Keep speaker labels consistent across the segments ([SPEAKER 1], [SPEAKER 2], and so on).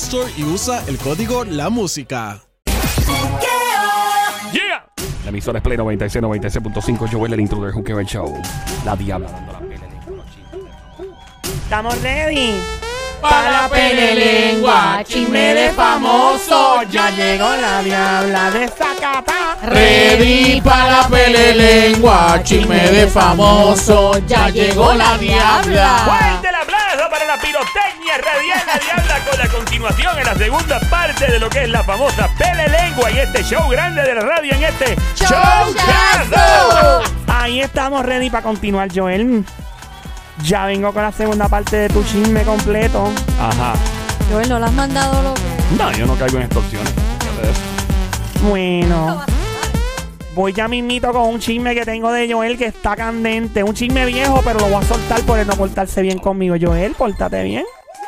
[SPEAKER 1] Store y usa el código La Música.
[SPEAKER 2] Yeah. La emisora es Play 96, 96.5. Joel, el intruder, Juqueo, el show. La diabla dando la pelea.
[SPEAKER 3] Estamos ready.
[SPEAKER 4] Para la pelelengua, chisme de famoso, ya llegó la
[SPEAKER 3] diabla de Zacata.
[SPEAKER 4] Ready para la pelelengua, chisme de famoso, ya llegó la diabla.
[SPEAKER 2] Fuerte el aplauso para la pirotecnia radial La Diabla con la continuación en la segunda parte de lo que es la famosa Pele Lengua y este show grande de la radio en este showcazo.
[SPEAKER 3] Ahí estamos ready para continuar, Joel. Ya vengo con la segunda parte de tu chisme completo.
[SPEAKER 2] Ajá.
[SPEAKER 5] Joel, no lo has mandado loco.
[SPEAKER 2] No, yo no caigo en extorsiones.
[SPEAKER 3] Bueno. Voy ya mismito con un chisme que tengo de Joel que está candente. Un chisme viejo, pero lo voy a soltar por el no portarse bien conmigo. Joel, pórtate bien.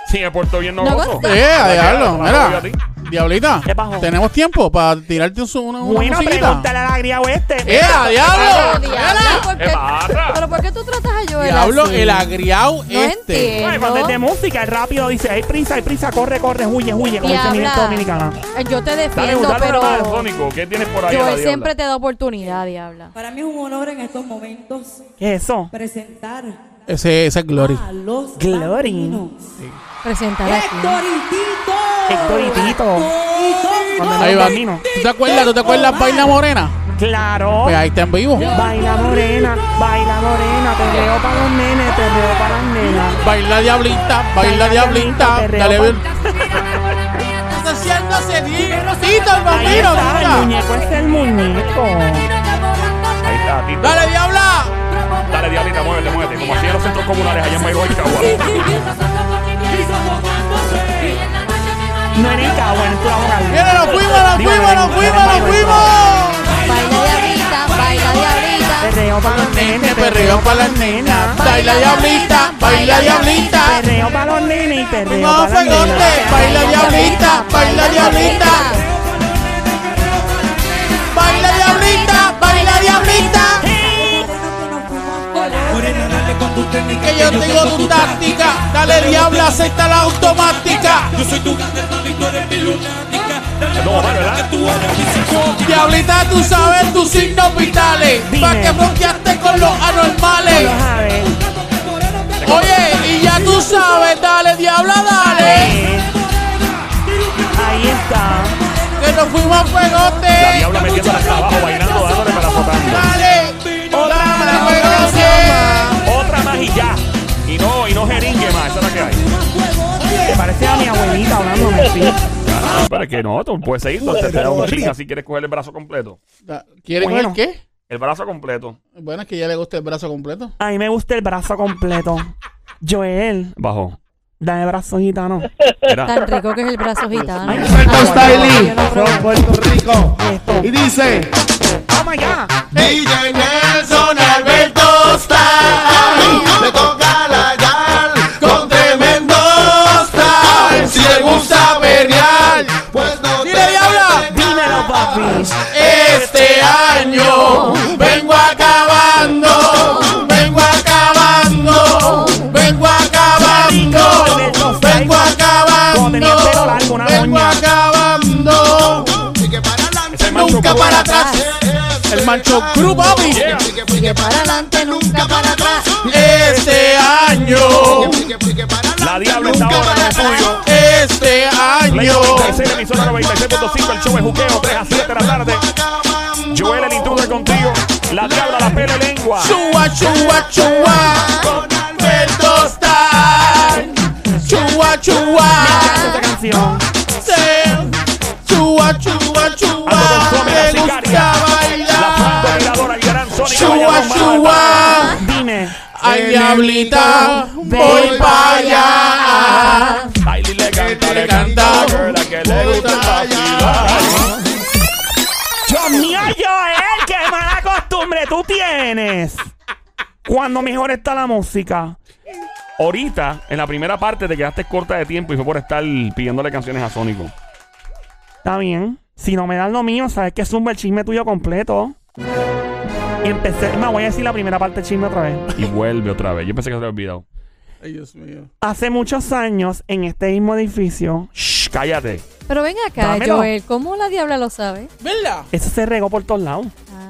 [SPEAKER 2] Si me porto bien, no
[SPEAKER 5] No
[SPEAKER 2] gozo.
[SPEAKER 5] gozo.
[SPEAKER 4] Eh, a diablo,
[SPEAKER 2] Ahora voy a
[SPEAKER 4] mira.
[SPEAKER 2] ti.
[SPEAKER 4] Diablita,
[SPEAKER 3] ¿Qué pasó?
[SPEAKER 4] ¿tenemos tiempo para tirarte un su- una, una
[SPEAKER 3] Bueno,
[SPEAKER 4] musiquita?
[SPEAKER 3] pregúntale a la agria oeste.
[SPEAKER 4] ¡Eh, a
[SPEAKER 5] Pero,
[SPEAKER 4] diablo!
[SPEAKER 5] diabla, ¿por
[SPEAKER 2] ¿Qué
[SPEAKER 5] qué-
[SPEAKER 2] pasa?
[SPEAKER 5] ¿Pero por qué tú tratas a Joel
[SPEAKER 4] Diablo,
[SPEAKER 5] así?
[SPEAKER 4] el agriao
[SPEAKER 5] No
[SPEAKER 4] este.
[SPEAKER 3] Ay, cuando es de música, el rápido dice, hay prisa, hay prisa, corre, corre, huye, huye, como dice mi gente
[SPEAKER 5] Diabla,
[SPEAKER 3] dominicana.
[SPEAKER 5] eh, yo te
[SPEAKER 2] Dale,
[SPEAKER 5] defiendo,
[SPEAKER 2] dale
[SPEAKER 5] pero
[SPEAKER 2] una más, Sónico. ¿Qué tienes por ahí? a la
[SPEAKER 5] Joel
[SPEAKER 2] diabla?
[SPEAKER 5] siempre te da oportunidad, diabla.
[SPEAKER 6] Para mí es un honor en estos momentos
[SPEAKER 3] ¿Qué es eso?
[SPEAKER 6] presentar
[SPEAKER 4] Ese, ese es Glory.
[SPEAKER 6] a los
[SPEAKER 3] Glory.
[SPEAKER 6] latinos.
[SPEAKER 5] Presentar aquí.
[SPEAKER 6] Héctor y Tito.
[SPEAKER 3] Héctor y Tito.
[SPEAKER 6] Y Tito.
[SPEAKER 3] Cuando
[SPEAKER 4] Ahí
[SPEAKER 3] los
[SPEAKER 4] va.
[SPEAKER 3] domino.
[SPEAKER 4] ¿Tú te acuerdas? ¿Tú te acuerdas Baila Morena?
[SPEAKER 3] Claro.
[SPEAKER 4] Pues ahí está en vivo.
[SPEAKER 3] Baila morena, baila morena, te veo para los nenes, te veo para las nenas.
[SPEAKER 4] Baila diablita, baila diablita.
[SPEAKER 3] perreo
[SPEAKER 4] Dale,
[SPEAKER 3] pa-
[SPEAKER 4] bien. Está haciéndose bien. Tito, el
[SPEAKER 3] Ahí
[SPEAKER 4] vampiro,
[SPEAKER 3] está,
[SPEAKER 4] mira.
[SPEAKER 3] el muñeco es el muñeco.
[SPEAKER 2] Ahí está, Tito.
[SPEAKER 4] Dale, diabla.
[SPEAKER 2] Dale, diablita, muévete, muévete. Como hacían los centros comunales allá en Mayroy, Caguas.
[SPEAKER 3] No era en Cagua, en tu abogado.
[SPEAKER 4] Mira, ¡Eh, nos fuimos, nos
[SPEAKER 3] Digo,
[SPEAKER 4] fuimos,
[SPEAKER 3] no,
[SPEAKER 4] nos
[SPEAKER 3] no,
[SPEAKER 4] fuimos,
[SPEAKER 3] no,
[SPEAKER 4] nos
[SPEAKER 3] no,
[SPEAKER 4] fuimos.
[SPEAKER 5] Baila diablita, baila diablita.
[SPEAKER 3] Perreo para los nenes,
[SPEAKER 4] Perreo para las nenas. Baila diablita, baila diablita.
[SPEAKER 3] Perreo para los nenes y perreo
[SPEAKER 4] Vamos,
[SPEAKER 3] para las
[SPEAKER 4] fegote.
[SPEAKER 3] nenas.
[SPEAKER 4] Baila diablita, baila diablita. Baila diablita, baila diablita. Que yo tengo tu táctica. Dale, diabla, acepta la automática.
[SPEAKER 2] No, mal, ¿verdad?
[SPEAKER 4] Diablita, tú sabes tus signos vitales.
[SPEAKER 3] Dime.
[SPEAKER 4] Pa' que bloqueaste con los anormales.
[SPEAKER 3] Lo sabes.
[SPEAKER 4] Oye, y ya tú sabes, dale, diabla, dale.
[SPEAKER 3] Eh, Ahí está.
[SPEAKER 4] Que nos fuimos
[SPEAKER 2] La
[SPEAKER 4] a fuegote.
[SPEAKER 2] diabla metiéndola hasta abajo, bailando, dándole para flotando.
[SPEAKER 4] Dale, dale, fuegote.
[SPEAKER 2] Otra más y ya. Y no, y no jeringue más, esa es la que hay.
[SPEAKER 3] Te parece a mi abuelita hablándome así.
[SPEAKER 2] Pero es que no, tú puedes seguir, te, te da un chin si quieres coger el brazo completo.
[SPEAKER 4] ¿Quiere
[SPEAKER 3] Bueno.
[SPEAKER 4] comer qué?
[SPEAKER 2] El brazo completo.
[SPEAKER 4] Bueno, es que ya le gusta el brazo completo.
[SPEAKER 3] A mí me gusta el brazo completo. Joel,
[SPEAKER 2] Bajo.
[SPEAKER 3] dame brazo gitano.
[SPEAKER 2] Era.
[SPEAKER 5] Tan rico que es el brazo gitano.
[SPEAKER 3] Ay,
[SPEAKER 7] Alberto Styling
[SPEAKER 5] Yo no creo.
[SPEAKER 7] from Puerto Rico y dice
[SPEAKER 3] Oh my God.
[SPEAKER 7] DJ Nelson Alberto Styling le toca la yal con tremendo style si le gusta pelear pues no
[SPEAKER 4] Dile, diabla.
[SPEAKER 3] Dímelo, papi.
[SPEAKER 4] Este año vengo acabando, vengo acabando, vengo acabando, vengo
[SPEAKER 3] Cuando tenía el pelo largo,
[SPEAKER 4] acabando,
[SPEAKER 3] una
[SPEAKER 4] vengo
[SPEAKER 3] moña.
[SPEAKER 4] acabando. Nunca para atrás, el mancho crew, papi.
[SPEAKER 5] Para adelante, nunca para atrás.
[SPEAKER 4] Este año
[SPEAKER 2] La diabla está
[SPEAKER 7] nunca
[SPEAKER 2] ahora
[SPEAKER 7] vaya
[SPEAKER 2] no es
[SPEAKER 7] tuyo.
[SPEAKER 4] Este año.
[SPEAKER 2] Tercera emisora 96.5, el show es juqueo, 3 a 7 de la tarde. Joel el intruder contigo, la diabla, la pele lengua.
[SPEAKER 4] Chua, chua, chua.
[SPEAKER 7] Con
[SPEAKER 4] Alberto Star. Chua,
[SPEAKER 3] Esta
[SPEAKER 4] chua.
[SPEAKER 3] canción.
[SPEAKER 4] Chua, chua,
[SPEAKER 2] Ando con
[SPEAKER 4] chua.
[SPEAKER 2] Suami, la
[SPEAKER 4] Me gusta
[SPEAKER 2] sicaria, la franco
[SPEAKER 4] bailar.
[SPEAKER 2] tiradora, Guillerán, Sónica,
[SPEAKER 4] Chua,
[SPEAKER 2] Bayamón, Mata.
[SPEAKER 4] chua.
[SPEAKER 3] Dime.
[SPEAKER 4] Ay, diablita. Voy
[SPEAKER 5] Ven
[SPEAKER 4] para
[SPEAKER 5] pa'
[SPEAKER 4] allá.
[SPEAKER 2] Baile y le canta, le
[SPEAKER 4] le
[SPEAKER 2] canta,
[SPEAKER 4] canta,
[SPEAKER 2] girl, la que le gusta el vacilón.
[SPEAKER 3] Dios mío, Joel, qué mala costumbre tú tienes. Cuando mejor está la música.
[SPEAKER 2] Ahorita, en la primera parte, te quedaste corta de tiempo y fue por estar pidiéndole canciones a Sónico.
[SPEAKER 3] Está bien. Si no me dan lo mío, sabes que zumba el chisme tuyo completo. Y empecé. Me voy a decir la primera parte del chisme otra vez.
[SPEAKER 2] Y vuelve otra vez. Yo pensé que se le había olvidado.
[SPEAKER 4] Ay, Dios mío.
[SPEAKER 3] Hace muchos años, en este mismo edificio,
[SPEAKER 2] Shh, cállate.
[SPEAKER 5] Pero ven acá,
[SPEAKER 3] Dámelo.
[SPEAKER 5] Joel, ¿cómo la diabla lo sabe?
[SPEAKER 4] ¿Verdad?
[SPEAKER 3] eso se regó por todos lados.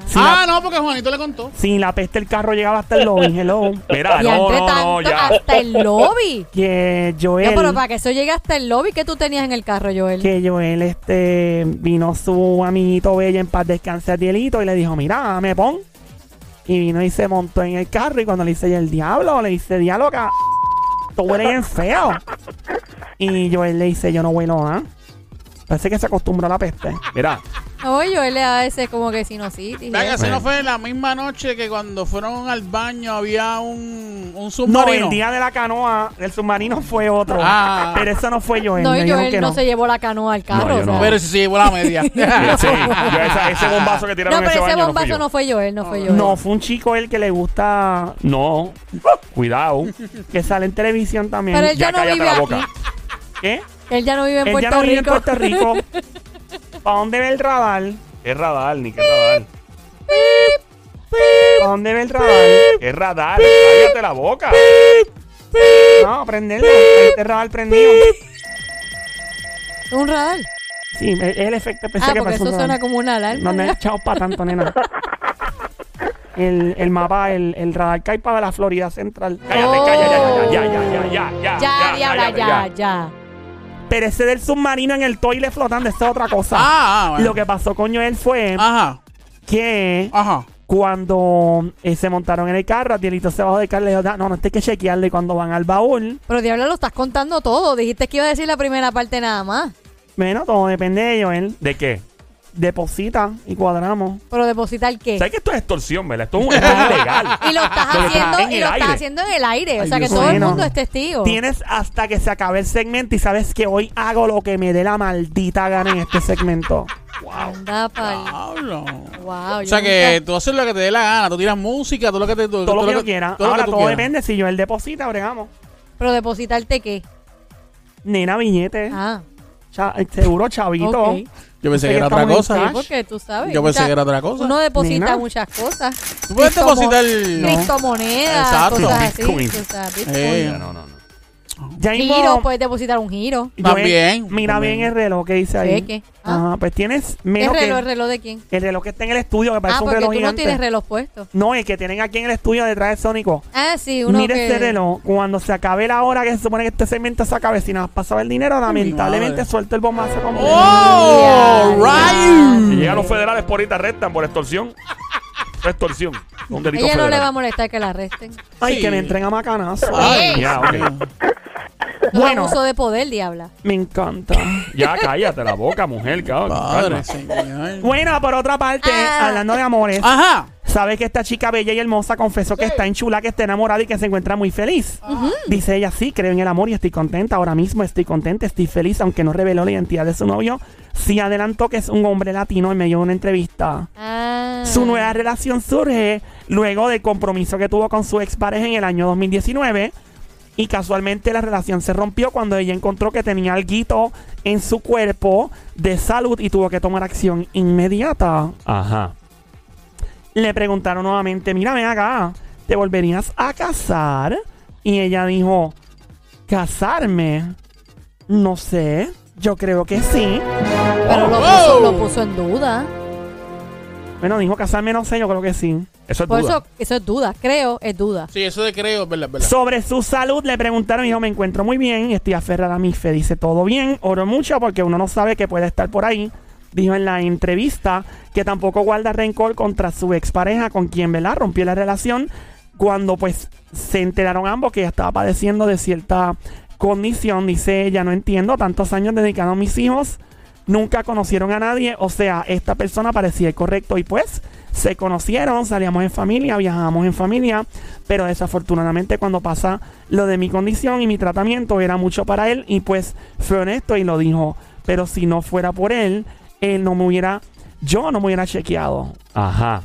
[SPEAKER 3] Si la-
[SPEAKER 4] Ah, no, porque Juanito le contó.
[SPEAKER 3] Sin la peste el carro llegaba hasta el lobby, hello.
[SPEAKER 2] Mira,
[SPEAKER 3] Ah,
[SPEAKER 5] y
[SPEAKER 2] no,
[SPEAKER 5] entre
[SPEAKER 2] no,
[SPEAKER 5] tanto,
[SPEAKER 2] no, ya.
[SPEAKER 5] hasta el lobby.
[SPEAKER 3] Que Joel,
[SPEAKER 5] No, pero para que eso llegue hasta el lobby, ¿qué tú tenías en el carro, Joel?
[SPEAKER 3] que Joel, este, vino su amiguito Bella en paz descanse a Tielito y le dijo, mira, me pon. Y vino y se montó en el carro y cuando le hice el diablo, le dice, diáloga, tú hueles bien feo. Y Joel le dice, yo no huelo nada. Parece que se acostumbró a la peste.
[SPEAKER 2] Mira,
[SPEAKER 5] No, Joel le da ese como que sinusitis. y
[SPEAKER 4] Vean que
[SPEAKER 5] eso.
[SPEAKER 4] ese no fue la misma noche que cuando fueron al baño había un, un
[SPEAKER 3] No,
[SPEAKER 4] submarino.
[SPEAKER 3] el día de la canoa, el submarino fue otro.
[SPEAKER 4] Ah.
[SPEAKER 3] Pero eso no fue Joel.
[SPEAKER 5] No,
[SPEAKER 3] me
[SPEAKER 5] y
[SPEAKER 3] dijeron
[SPEAKER 5] Joel
[SPEAKER 3] que
[SPEAKER 5] no. se llevó la canoa al
[SPEAKER 2] No,
[SPEAKER 5] carro.
[SPEAKER 2] yo
[SPEAKER 5] o sea.
[SPEAKER 2] no.
[SPEAKER 4] Pero ese sí llevó la media. Ah,
[SPEAKER 2] sí, yo esa- ese bombazo que
[SPEAKER 5] No,
[SPEAKER 2] tiraron en
[SPEAKER 5] pero
[SPEAKER 2] ese
[SPEAKER 5] ese
[SPEAKER 2] baño no fui
[SPEAKER 5] bombazo
[SPEAKER 2] yo.
[SPEAKER 5] no fue Joel, no fue Joel.
[SPEAKER 3] No, fue un chico el que le gusta,
[SPEAKER 2] No, cuidado.
[SPEAKER 3] que sale en televisión también.
[SPEAKER 5] Pero él
[SPEAKER 2] Ya
[SPEAKER 5] ya, no
[SPEAKER 2] cállate
[SPEAKER 5] vive
[SPEAKER 2] la
[SPEAKER 5] aquí.
[SPEAKER 2] boca.
[SPEAKER 3] ¿Qué?
[SPEAKER 5] Él ya no vive en,
[SPEAKER 3] Él
[SPEAKER 5] Puerto,
[SPEAKER 3] ya no vive
[SPEAKER 5] Rico.
[SPEAKER 3] en Puerto Rico. ¿Para dónde ve el radar?
[SPEAKER 2] Es radar, ni que radar.
[SPEAKER 3] ¿Para dónde ve el radar?
[SPEAKER 2] Es radar, cállate la boca.
[SPEAKER 3] No, prenderlo. Este radar prendido.
[SPEAKER 5] Un radar.
[SPEAKER 3] Sí, el, el efecto pensé
[SPEAKER 5] Ah,
[SPEAKER 3] que
[SPEAKER 5] porque
[SPEAKER 3] pasó.
[SPEAKER 5] eso
[SPEAKER 3] un
[SPEAKER 5] suena
[SPEAKER 3] radar.
[SPEAKER 5] como una alarma.
[SPEAKER 3] No me he
[SPEAKER 5] ¿verdad?
[SPEAKER 3] echado para tanto, nena. El, el mapa, el, el radar que hay para la Florida Central.
[SPEAKER 2] Cállate,
[SPEAKER 5] Oh.
[SPEAKER 2] cállate, ya, ya, ya, ya, ya, ya, ya.
[SPEAKER 5] Ya, diabla,
[SPEAKER 2] cállate,
[SPEAKER 5] ya, ya.
[SPEAKER 3] Pero ese Oh. del submarino en el toile flotando, esa es otra cosa.
[SPEAKER 4] ah, ah, bueno.
[SPEAKER 3] Lo que pasó con Joel fue
[SPEAKER 5] Ah.
[SPEAKER 4] Ajá,
[SPEAKER 3] que
[SPEAKER 4] ajá.
[SPEAKER 3] cuando eh, se montaron en el carro, Tielito se bajó del carro y le dijo, "Da- no, no, este hay que chequearle. Y cuando van al baúl,
[SPEAKER 5] Pero diabla, lo estás contando todo. Dijiste que iba a decir la primera parte nada más.
[SPEAKER 3] bueno, todo depende de Joel.
[SPEAKER 2] ¿De qué?
[SPEAKER 3] Deposita y cuadramos.
[SPEAKER 5] Pero depositar qué.
[SPEAKER 2] ¿Sabes que esto es extorsión, verdad? Esto es, un- esto es ilegal.
[SPEAKER 5] Y lo estás
[SPEAKER 2] Lo que
[SPEAKER 5] haciendo,
[SPEAKER 2] está en
[SPEAKER 5] y
[SPEAKER 2] el
[SPEAKER 5] lo estás
[SPEAKER 2] aire.
[SPEAKER 5] haciendo en el aire. O sea que
[SPEAKER 3] Dios
[SPEAKER 5] todo el
[SPEAKER 3] mío.
[SPEAKER 5] mundo es testigo.
[SPEAKER 3] Tienes hasta que se acabe el segmento y sabes que hoy hago lo que me dé la maldita gana en este segmento.
[SPEAKER 5] Anda pa'l-
[SPEAKER 4] Pablo.
[SPEAKER 5] Wow,
[SPEAKER 4] Ah. O
[SPEAKER 5] yo
[SPEAKER 4] sea que
[SPEAKER 5] nunca-
[SPEAKER 4] tú haces lo que te dé la gana, tú tiras música, todo lo que te tú-
[SPEAKER 3] Todo lo que yo quiera. Ahora
[SPEAKER 4] tú
[SPEAKER 3] todo
[SPEAKER 4] quieras.
[SPEAKER 3] depende. Si Joel deposita, bregamos.
[SPEAKER 5] Pero depositarte qué.
[SPEAKER 3] Nena, billete.
[SPEAKER 5] Ah,
[SPEAKER 3] Cha- eh, seguro, chavito.
[SPEAKER 5] ok.
[SPEAKER 4] Yo
[SPEAKER 3] Sé
[SPEAKER 4] pensé que
[SPEAKER 3] que
[SPEAKER 4] era otra
[SPEAKER 3] estamos en
[SPEAKER 5] Sí,
[SPEAKER 4] cosa.
[SPEAKER 3] cash.
[SPEAKER 5] porque tú sabes.
[SPEAKER 4] Yo pensé
[SPEAKER 5] mucha-
[SPEAKER 4] que era otra cosa.
[SPEAKER 5] Uno deposita
[SPEAKER 3] Nena.
[SPEAKER 5] muchas cosas.
[SPEAKER 4] Tú puedes
[SPEAKER 5] Criptomo-
[SPEAKER 4] depositar.
[SPEAKER 5] Criptomonedas,
[SPEAKER 4] Exacto.
[SPEAKER 5] cosas así.
[SPEAKER 2] Bitcoin.
[SPEAKER 5] tú sabes, Bitcoin.
[SPEAKER 4] Eh,
[SPEAKER 2] No, no, no.
[SPEAKER 3] Ya mismo-
[SPEAKER 5] Giro, pues. puedes depositar un giro.
[SPEAKER 3] Joel,
[SPEAKER 4] También,
[SPEAKER 3] Mira
[SPEAKER 4] también.
[SPEAKER 3] bien el reloj que dice ahí.
[SPEAKER 5] Cheque. Ah.
[SPEAKER 3] Ajá, pues tienes
[SPEAKER 5] ¿Qué
[SPEAKER 3] menos
[SPEAKER 5] reloj?
[SPEAKER 3] que-
[SPEAKER 5] ¿El reloj de quién?
[SPEAKER 3] El reloj que está en el estudio, que parece
[SPEAKER 5] Ah,
[SPEAKER 3] un
[SPEAKER 5] porque
[SPEAKER 3] reloj
[SPEAKER 5] tú no
[SPEAKER 3] gigante.
[SPEAKER 5] tienes reloj puesto.
[SPEAKER 3] No, el que tienen aquí en el estudio detrás de Sónico.
[SPEAKER 5] Ah, sí, uno
[SPEAKER 3] Mire
[SPEAKER 5] que...
[SPEAKER 3] ese reloj. Cuando se acabe la hora que se supone que este segmento se acabe, si no has pasado el dinero, lamentablemente
[SPEAKER 4] madre.
[SPEAKER 3] suelto el bombazo completo.
[SPEAKER 4] ¡Oh!
[SPEAKER 5] Ya,
[SPEAKER 2] Si
[SPEAKER 4] Right.
[SPEAKER 2] llegan los federales por ahí te arrestan por extorsión. Por extorsión. Un delito
[SPEAKER 5] Ella no
[SPEAKER 2] federal.
[SPEAKER 5] le va a molestar que la arresten.
[SPEAKER 3] Ay,
[SPEAKER 4] Sí.
[SPEAKER 3] que me entren a macanazo.
[SPEAKER 4] Ay,
[SPEAKER 2] Ya, ok.
[SPEAKER 5] Bueno.
[SPEAKER 3] Bueno.
[SPEAKER 5] Abuso de poder, diabla.
[SPEAKER 3] Me encanta.
[SPEAKER 2] Ya, cállate la boca, mujer, cabrón.
[SPEAKER 4] Padre,
[SPEAKER 2] Calma.
[SPEAKER 4] señor.
[SPEAKER 3] bueno, por otra parte,
[SPEAKER 5] Ah.
[SPEAKER 3] hablando de amores,
[SPEAKER 4] Ajá.
[SPEAKER 3] sabes que esta chica bella y hermosa confesó que está enchulada, que está enamorada y que se encuentra muy feliz. Dice ella, sí, creo en el amor y estoy contenta. Ahora mismo estoy contenta, estoy feliz, aunque no reveló la identidad de su novio. Sí adelantó que es un hombre latino en medio de una entrevista.
[SPEAKER 5] Ah.
[SPEAKER 3] Su nueva relación surge luego del compromiso que tuvo con su expareja en el año 2019 y casualmente la relación se rompió cuando ella encontró que tenía algo en su cuerpo de salud y tuvo que tomar acción inmediata.
[SPEAKER 2] Ajá.
[SPEAKER 3] Le preguntaron nuevamente, mira, ven acá, ¿te volverías a casar? Y ella dijo, ¿casarme? No sé, yo creo que sí.
[SPEAKER 5] Pero lo
[SPEAKER 4] Oh.
[SPEAKER 5] puso, lo puso en duda.
[SPEAKER 3] Bueno, dijo casarme, no sé, yo creo que sí.
[SPEAKER 2] Eso Eso es
[SPEAKER 5] Por
[SPEAKER 2] duda.
[SPEAKER 5] eso, eso es duda, creo, es duda.
[SPEAKER 4] Sí, eso de creo, es verdad, es verdad.
[SPEAKER 3] Sobre su salud le preguntaron, hijo, me encuentro muy bien, estoy aferrada a mi fe. Dice, todo bien, oro mucho porque uno no sabe que puede estar por ahí. Dijo en la entrevista que tampoco guarda rencor contra su expareja con quien, ¿verdad? Rompió la relación cuando pues se enteraron ambos que ella estaba padeciendo de cierta condición. Dice ella, no entiendo, tantos años dedicado a mis hijos, nunca conocieron a nadie. O sea, esta persona parecía el correcto y pues se conocieron, salíamos en familia, viajábamos en familia, pero desafortunadamente cuando pasa lo de mi condición y mi tratamiento era mucho para él y pues fue honesto y lo dijo. Pero si no fuera por él, él no me hubiera, yo no me hubiera chequeado.
[SPEAKER 2] Ajá.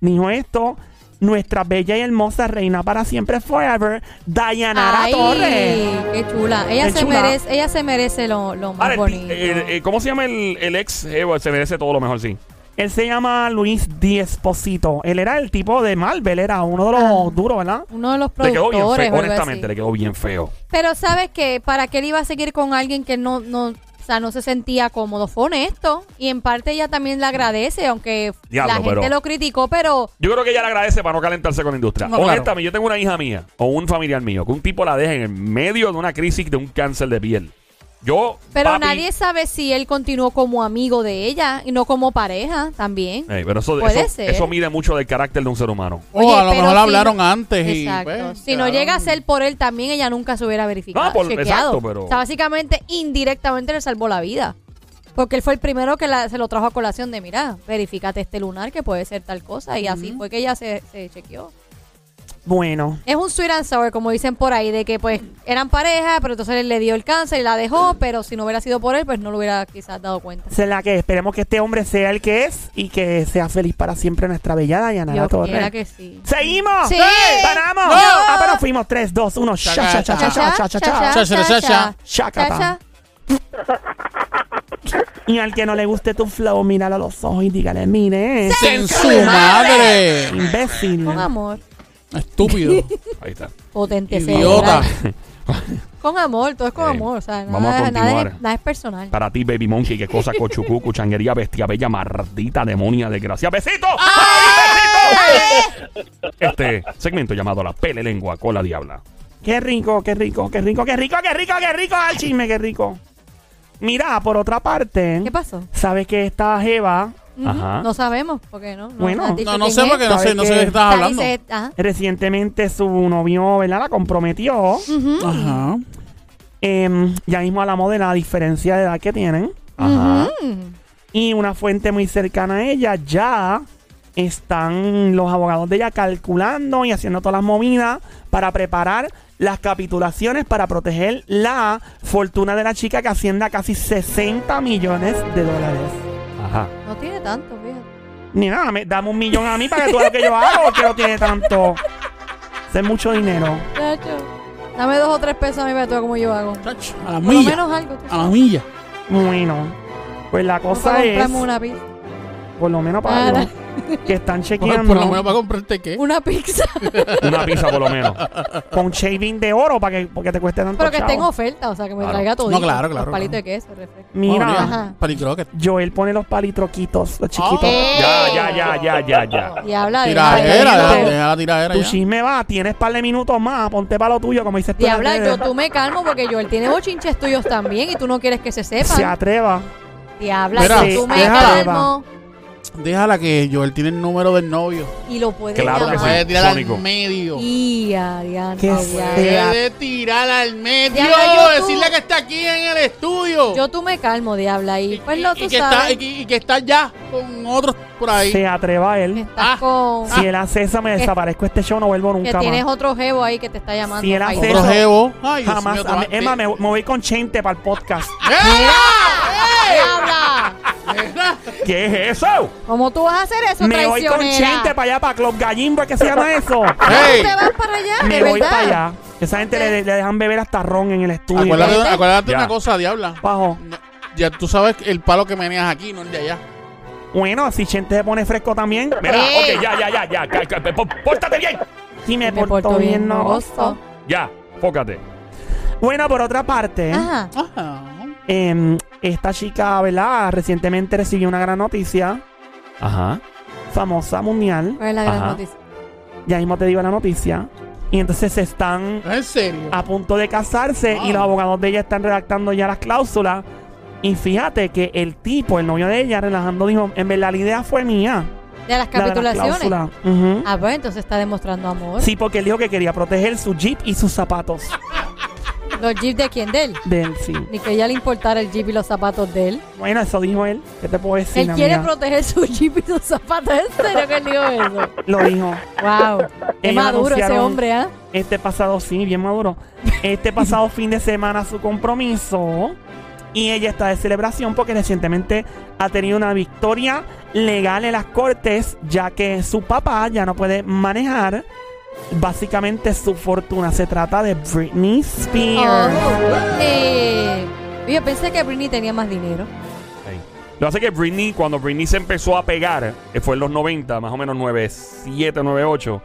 [SPEAKER 3] Dijo esto, nuestra bella y hermosa reina para siempre forever, Dayanara
[SPEAKER 5] Ay,
[SPEAKER 3] Torres.
[SPEAKER 5] qué chula. Ella
[SPEAKER 3] Qué
[SPEAKER 5] se
[SPEAKER 3] chula.
[SPEAKER 5] merece, ella se merece lo, lo más
[SPEAKER 2] Ahora, Ah, el ti-
[SPEAKER 5] bonito.
[SPEAKER 2] el- el- ¿Cómo se llama el, el ex? Eh, bueno, se merece todo lo mejor, sí.
[SPEAKER 3] Él se llama Luis Diesposito. Él era el tipo de Marvel, era uno de los
[SPEAKER 5] Ah.
[SPEAKER 3] duros, ¿verdad?
[SPEAKER 5] Uno de los
[SPEAKER 2] Le quedó bien
[SPEAKER 5] productores,
[SPEAKER 2] feo,
[SPEAKER 5] o algo
[SPEAKER 2] honestamente,
[SPEAKER 5] así.
[SPEAKER 2] le quedó bien feo.
[SPEAKER 5] Pero sabes que para qué él iba a seguir con alguien que no, no, o sea, no se sentía cómodo, fue honesto. Y en parte ella también le agradece, aunque
[SPEAKER 2] Diablo,
[SPEAKER 5] la gente
[SPEAKER 2] pero-
[SPEAKER 5] lo criticó, pero
[SPEAKER 2] Yo creo que ella le agradece para no calentarse con la industria.
[SPEAKER 5] No,
[SPEAKER 2] Honestamente, yo tengo una hija mía o un familiar mío que un tipo la deja en el medio de una crisis de un cáncer de piel. Yo,
[SPEAKER 5] pero
[SPEAKER 2] papi-
[SPEAKER 5] nadie sabe si él continuó como amigo de ella y no como pareja también.
[SPEAKER 2] Ey, pero eso,
[SPEAKER 5] Puede
[SPEAKER 2] eso,
[SPEAKER 5] ser.
[SPEAKER 2] eso mide mucho del carácter de un ser humano.
[SPEAKER 4] Eh, O a lo
[SPEAKER 5] pero
[SPEAKER 4] mejor
[SPEAKER 5] si
[SPEAKER 4] hablaron
[SPEAKER 5] no-
[SPEAKER 4] antes y,
[SPEAKER 5] Exacto.
[SPEAKER 4] pues,
[SPEAKER 5] si no
[SPEAKER 4] quedaron-
[SPEAKER 5] llega a ser por él también, ella nunca se hubiera verificado.
[SPEAKER 2] No, por-
[SPEAKER 5] chequeado.
[SPEAKER 2] exacto, pero-
[SPEAKER 5] O sea, básicamente, indirectamente le salvó la vida. Porque él fue el primero que la- se lo trajo a colación de, mira, verifícate este lunar que puede ser tal cosa. Y así fue que ella se, se chequeó.
[SPEAKER 3] Bueno,
[SPEAKER 5] Es un sweet and sour, como dicen por ahí, de que pues eran pareja, pero entonces él le dio el cáncer y la dejó, pero si no hubiera sido por él, pues no lo hubiera quizás dado cuenta.
[SPEAKER 3] Esa es la que esperemos que este hombre sea el que es y que sea feliz para siempre nuestra bella Dayanara
[SPEAKER 5] Yo quiera
[SPEAKER 3] Torres.
[SPEAKER 5] que sí.
[SPEAKER 3] ¡Seguimos!
[SPEAKER 5] Sí.
[SPEAKER 3] ¡Paramos!
[SPEAKER 5] No.
[SPEAKER 3] Ah, pero fuimos 3, 2, 1. Cha, cha, cha, cha, cha, cha, cha.
[SPEAKER 4] cha, cha, cha, cha.
[SPEAKER 3] Chacata.
[SPEAKER 5] Cha, cha.
[SPEAKER 3] Y al que no le guste tu flow, míralo a los ojos y dígale, mire,
[SPEAKER 4] ¡En su madre!
[SPEAKER 3] imbécil.
[SPEAKER 5] Con amor.
[SPEAKER 4] Estúpido.
[SPEAKER 2] Ahí está.
[SPEAKER 5] Potente
[SPEAKER 4] Idiota.
[SPEAKER 5] Con amor, todo es con
[SPEAKER 2] Eh,
[SPEAKER 5] amor. O sea,
[SPEAKER 2] vamos a
[SPEAKER 5] nada, nada
[SPEAKER 2] continuar.
[SPEAKER 5] es, nada es personal.
[SPEAKER 2] Para ti, Baby Monkey, qué cosa, cochucucu, changuería, bestia bella, mardita, demonia, desgracia. ¡Besito! ¡Besito! Este segmento llamado La Pele Lengua con la Diabla.
[SPEAKER 3] Qué rico, qué rico, qué rico, qué rico, qué rico, qué rico. Al chisme, qué rico. Mira, por otra parte,
[SPEAKER 5] ¿Qué pasó?
[SPEAKER 3] sabes que esta Jeva
[SPEAKER 5] Ujú.
[SPEAKER 2] Ajá.
[SPEAKER 5] No sabemos, porque no. no
[SPEAKER 3] Bueno.
[SPEAKER 5] nos han dicho
[SPEAKER 4] No, no
[SPEAKER 5] quién
[SPEAKER 4] sé
[SPEAKER 5] es.
[SPEAKER 4] porque no sé, no sé de qué estás
[SPEAKER 5] Nadie
[SPEAKER 4] hablando.
[SPEAKER 5] se- ah. ajá.
[SPEAKER 3] recientemente su novio, ¿verdad? La comprometió.
[SPEAKER 4] Ajá.
[SPEAKER 3] Em, ya mismo hablamos de la diferencia de edad que tienen.
[SPEAKER 2] Ajá.
[SPEAKER 3] Y una fuente muy cercana a ella ya están los abogados de ella calculando y haciendo todas las movidas para preparar las capitulaciones para proteger la fortuna de la chica que asciende a casi 60 millones de dólares.
[SPEAKER 2] Ajá.
[SPEAKER 5] No tiene tanto, fíjate.
[SPEAKER 3] Ni nada, me- dame un millón a mí para que tú hagas lo que yo hago, porque no tiene tanto. Eso Es mucho dinero.
[SPEAKER 5] Chacho, Dame dos o tres pesos a mí para todo como yo hago.
[SPEAKER 4] Chacho, A la
[SPEAKER 5] Por lo
[SPEAKER 4] milla.
[SPEAKER 5] menos algo. tú
[SPEAKER 4] A
[SPEAKER 5] sabes.
[SPEAKER 4] la milla.
[SPEAKER 3] Bueno, pues la
[SPEAKER 5] No
[SPEAKER 3] cosa
[SPEAKER 5] para
[SPEAKER 3] es,
[SPEAKER 5] comprarme una Ah, pizza.
[SPEAKER 3] por lo menos para
[SPEAKER 5] Para.
[SPEAKER 3] algo, que están
[SPEAKER 4] Por,
[SPEAKER 3] chequeando
[SPEAKER 4] por lo menos para comprarte qué.
[SPEAKER 5] Una pizza.
[SPEAKER 2] Una pizza por lo menos.
[SPEAKER 3] con shaving de oro para que porque te cueste tanto
[SPEAKER 5] pero que esté en
[SPEAKER 3] chavo.
[SPEAKER 5] oferta, o sea, que me
[SPEAKER 2] Claro.
[SPEAKER 5] traiga todo.
[SPEAKER 4] No, claro, claro,
[SPEAKER 5] palito
[SPEAKER 4] claro.
[SPEAKER 5] de queso, refresco.
[SPEAKER 3] Mira,
[SPEAKER 4] María,
[SPEAKER 5] Ajá.
[SPEAKER 4] palicroquet.
[SPEAKER 3] Joel pone los palitroquitos, los chiquitos.
[SPEAKER 4] Oh,
[SPEAKER 5] eh.
[SPEAKER 4] Oh.
[SPEAKER 2] Ya, ya, ya, ya, ya, ya.
[SPEAKER 5] Y habla de.
[SPEAKER 4] Tiradera,
[SPEAKER 5] Ay,
[SPEAKER 4] deja,
[SPEAKER 5] pero-
[SPEAKER 4] deja la tiradera
[SPEAKER 3] Tu
[SPEAKER 4] ya.
[SPEAKER 3] chisme va, tienes par de minutos más, ponte para lo tuyo, como este dices tú. en
[SPEAKER 5] Diabla,
[SPEAKER 3] las
[SPEAKER 5] yo
[SPEAKER 3] redes.
[SPEAKER 5] tú me calmo porque yo él tiene bochinches tuyos también y tú no quieres que se
[SPEAKER 3] Se
[SPEAKER 5] sepan.
[SPEAKER 3] atreva.
[SPEAKER 5] Diabla,
[SPEAKER 4] Mira,
[SPEAKER 5] yo tú me
[SPEAKER 4] déjala.
[SPEAKER 5] calmo
[SPEAKER 4] Déjala que Joel tiene el número del novio.
[SPEAKER 5] y lo puedes
[SPEAKER 2] Claro que
[SPEAKER 4] La
[SPEAKER 2] sí,
[SPEAKER 5] llamar.
[SPEAKER 4] puede tirar
[SPEAKER 2] Sónico.
[SPEAKER 4] al medio.
[SPEAKER 5] Y a Diana,
[SPEAKER 3] Qué
[SPEAKER 5] Diana.
[SPEAKER 3] feo.
[SPEAKER 4] Puede tirar al medio.
[SPEAKER 5] Diabla, yo tú-
[SPEAKER 4] Decirle que está aquí en el estudio.
[SPEAKER 5] Yo tú me calmo, Diabla, y pues no, tú
[SPEAKER 4] y que
[SPEAKER 5] sabes
[SPEAKER 4] está, y, que- y que está ya con otros por ahí.
[SPEAKER 3] Se atreva
[SPEAKER 5] que
[SPEAKER 3] él.
[SPEAKER 5] estás
[SPEAKER 4] Ah.
[SPEAKER 5] con...
[SPEAKER 3] Si él hace esa, me
[SPEAKER 5] Que-
[SPEAKER 3] desaparezco este show, no vuelvo
[SPEAKER 5] que
[SPEAKER 3] nunca
[SPEAKER 5] tienes
[SPEAKER 3] más.
[SPEAKER 5] otro jevo ahí que te está llamando.
[SPEAKER 3] Si él
[SPEAKER 5] Ay,
[SPEAKER 3] hace
[SPEAKER 4] Otro
[SPEAKER 3] eso.
[SPEAKER 4] jevo. Ay, Dios
[SPEAKER 3] Jamás.
[SPEAKER 4] mío, otra-
[SPEAKER 3] Emma, me, me voy con Chente para el podcast.
[SPEAKER 5] ¡Diabla!
[SPEAKER 2] ¿Qué es eso?
[SPEAKER 5] ¿Cómo tú vas a hacer eso,
[SPEAKER 3] Me voy con
[SPEAKER 5] traicionera?
[SPEAKER 3] Chente para allá, para Club Gallimbo, ¿qué se llama eso?
[SPEAKER 5] ¿Tú
[SPEAKER 4] ¡Ey!
[SPEAKER 5] te vas para allá?
[SPEAKER 3] me
[SPEAKER 5] Ah, de
[SPEAKER 3] voy
[SPEAKER 5] verdad?
[SPEAKER 3] para allá. Esa gente le, le dejan beber hasta ron en el estudio.
[SPEAKER 4] Acuérdate,
[SPEAKER 5] ¿viste?
[SPEAKER 4] acuérdate
[SPEAKER 2] Ya.
[SPEAKER 4] una cosa, Diabla.
[SPEAKER 3] Bajo.
[SPEAKER 4] No, ya tú sabes el palo que meneas aquí, no el de allá.
[SPEAKER 3] Bueno, si Chente se pone fresco también.
[SPEAKER 2] Mira,
[SPEAKER 5] Eh.
[SPEAKER 2] ok, ya, ya, ya, ya. ca- ca- po- Pórtate bien.
[SPEAKER 3] Si me,
[SPEAKER 5] Me porto, bien, no gozo.
[SPEAKER 2] Ya, fócate.
[SPEAKER 3] Bueno, por otra parte,
[SPEAKER 5] Ajá.
[SPEAKER 4] Ajá.
[SPEAKER 3] em, esta chica, ¿verdad? Recientemente recibió una gran noticia
[SPEAKER 2] Ajá.
[SPEAKER 3] famosa mundial.
[SPEAKER 5] ¿Cuál es la gran
[SPEAKER 2] Ajá.
[SPEAKER 5] noticia?
[SPEAKER 3] Ya mismo te digo la noticia. Y entonces se están
[SPEAKER 4] ¿En serio?
[SPEAKER 3] a punto de casarse y
[SPEAKER 4] Wow.
[SPEAKER 3] los abogados de ella están redactando ya las cláusulas. Y fíjate que el tipo, el novio de ella, relajando, dijo, en verdad la idea fue mía.
[SPEAKER 5] De las
[SPEAKER 3] la de las
[SPEAKER 5] capitulaciones.
[SPEAKER 3] cláusulas". Ujú.
[SPEAKER 5] ah, pues entonces está demostrando amor.
[SPEAKER 3] Sí, porque él dijo que quería proteger su jeep y sus zapatos
[SPEAKER 5] ¿Los jeeps de quién? De él.
[SPEAKER 3] de él, sí.
[SPEAKER 5] Ni que ella le importara el jeep y los zapatos de él.
[SPEAKER 3] Bueno, eso dijo él. ¿Qué te puedo decir,
[SPEAKER 5] él quiere
[SPEAKER 3] amiga?
[SPEAKER 5] proteger su jeep y sus zapatos. ¿En serio que él dijo eso?
[SPEAKER 3] Lo dijo.
[SPEAKER 5] Wow. Es
[SPEAKER 3] Ellos
[SPEAKER 5] maduro ese
[SPEAKER 3] anunciaron-
[SPEAKER 5] hombre, ¿ah?
[SPEAKER 3] Este pasado, sí, bien maduro. Este pasado fin de semana su compromiso. Y ella está de celebración porque recientemente ha tenido una victoria legal en las cortes, ya que su papá ya no puede manejar básicamente su fortuna. Se trata de Britney Spears.
[SPEAKER 5] Oh. Eh, yo pensé que Britney tenía más dinero.
[SPEAKER 2] Lo hace que Britney, cuando Britney se empezó a pegar, eh, fue en los 90, más o menos 97, 98.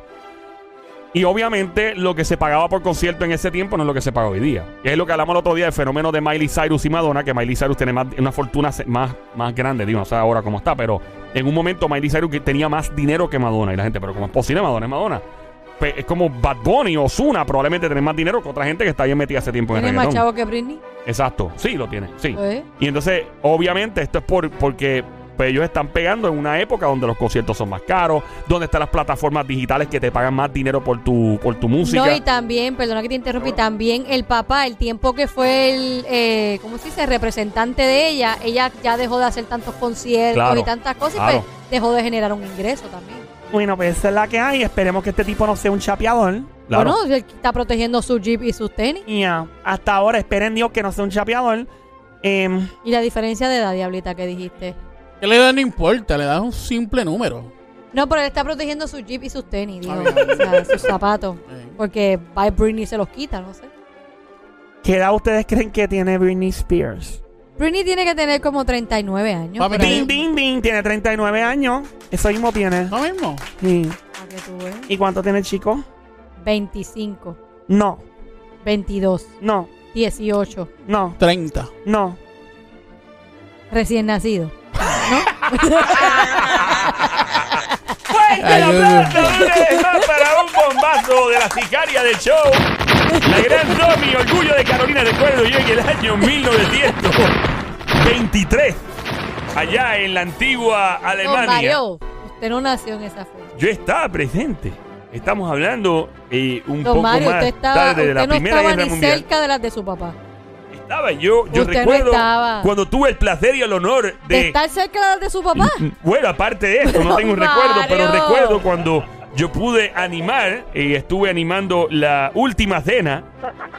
[SPEAKER 2] Y obviamente lo que se pagaba por concierto en ese tiempo no es lo que se paga hoy día. Y es lo que hablamos el otro día del fenómeno de Miley Cyrus y Madonna, que Miley Cyrus tiene más- una fortuna se- más, más grande, digo, no sé ahora cómo está, pero en un momento Miley Cyrus que tenía más dinero que Madonna. Y la gente, pero ¿cómo es posible? Madonna es Madonna. Pe- es como Bad Bunny o Osuna probablemente tienen más dinero que otra gente que está bien metida hace tiempo en el
[SPEAKER 5] Tiene más
[SPEAKER 2] reggaetón.
[SPEAKER 5] chavo que Britney.
[SPEAKER 2] Exacto, sí lo tiene, sí.
[SPEAKER 5] Pues,
[SPEAKER 2] Y entonces, obviamente, esto es por, porque pues, ellos están pegando en una época donde los conciertos son más caros, donde están las plataformas digitales que te pagan más dinero por tu, por tu música.
[SPEAKER 5] No, y también, perdona que te interrumpí, también el papá, el tiempo que fue el, eh, ¿cómo se dice?, representante de ella, ella ya dejó de hacer tantos conciertos
[SPEAKER 2] Claro,
[SPEAKER 5] y tantas cosas y
[SPEAKER 2] claro.
[SPEAKER 5] pues dejó de generar un ingreso también.
[SPEAKER 3] Bueno, pues esa es la que hay. Esperemos que este tipo no sea un chapeador.
[SPEAKER 2] Claro.
[SPEAKER 5] Bueno, él está protegiendo su jeep y sus tenis.
[SPEAKER 3] Ya, Hasta ahora, esperen Dios que no sea un chapeador. Em,
[SPEAKER 5] Y la diferencia de edad, diablita, que dijiste.
[SPEAKER 4] ¿Qué le da? No importa, le das un simple número.
[SPEAKER 5] No, pero él está protegiendo su jeep y sus tenis, digo,
[SPEAKER 4] Ah,
[SPEAKER 5] o sea, sus zapatos.
[SPEAKER 4] Eh,
[SPEAKER 5] Porque by Britney se los quita, no sé.
[SPEAKER 3] ¿Qué edad ustedes creen que tiene Britney Spears?
[SPEAKER 5] Britney tiene que tener como 39 años.
[SPEAKER 4] Papi,
[SPEAKER 5] por ahí,
[SPEAKER 3] Bing, bing, bing. Tiene 39 años. Eso mismo tiene.
[SPEAKER 4] ¿No mismo?
[SPEAKER 3] Sí.
[SPEAKER 5] para que tú veas.
[SPEAKER 3] ¿Y cuánto tiene el chico?
[SPEAKER 5] 25,
[SPEAKER 3] No,
[SPEAKER 5] 22,
[SPEAKER 3] no,
[SPEAKER 5] 18,
[SPEAKER 3] no,
[SPEAKER 4] 30.
[SPEAKER 3] no.
[SPEAKER 5] recién nacido.
[SPEAKER 2] ¡Fuerte el
[SPEAKER 4] Ay, Dios mío.
[SPEAKER 2] aplauso! una vez más para un bombazo de la sicaria del show. La gran Tommy, orgullo de Carolina. Recuerdo yo en el año 1923, allá en la antigua
[SPEAKER 5] Don
[SPEAKER 2] Alemania.
[SPEAKER 5] Mario, usted no nació en esa fecha.
[SPEAKER 2] Yo estaba presente. Estamos hablando eh, un
[SPEAKER 5] Don
[SPEAKER 2] poco
[SPEAKER 5] Mario,
[SPEAKER 2] más
[SPEAKER 5] usted, estaba,
[SPEAKER 2] tarde de
[SPEAKER 5] usted
[SPEAKER 2] la
[SPEAKER 5] no
[SPEAKER 2] Primera
[SPEAKER 5] estaba
[SPEAKER 2] Guerra
[SPEAKER 5] ni
[SPEAKER 2] Mundial.
[SPEAKER 5] cerca de las de su papá.
[SPEAKER 2] Estaba yo, yo
[SPEAKER 5] Usted no
[SPEAKER 2] recuerdo
[SPEAKER 5] estaba.
[SPEAKER 2] cuando tuve el placer y el honor
[SPEAKER 5] De,
[SPEAKER 2] de,
[SPEAKER 5] estar cerca de las de su papá.
[SPEAKER 2] bueno, aparte de esto, no
[SPEAKER 5] Don
[SPEAKER 2] tengo un recuerdo, pero
[SPEAKER 5] Ah. Mario.
[SPEAKER 2] recuerdo cuando yo pude animar y estuve animando la última cena.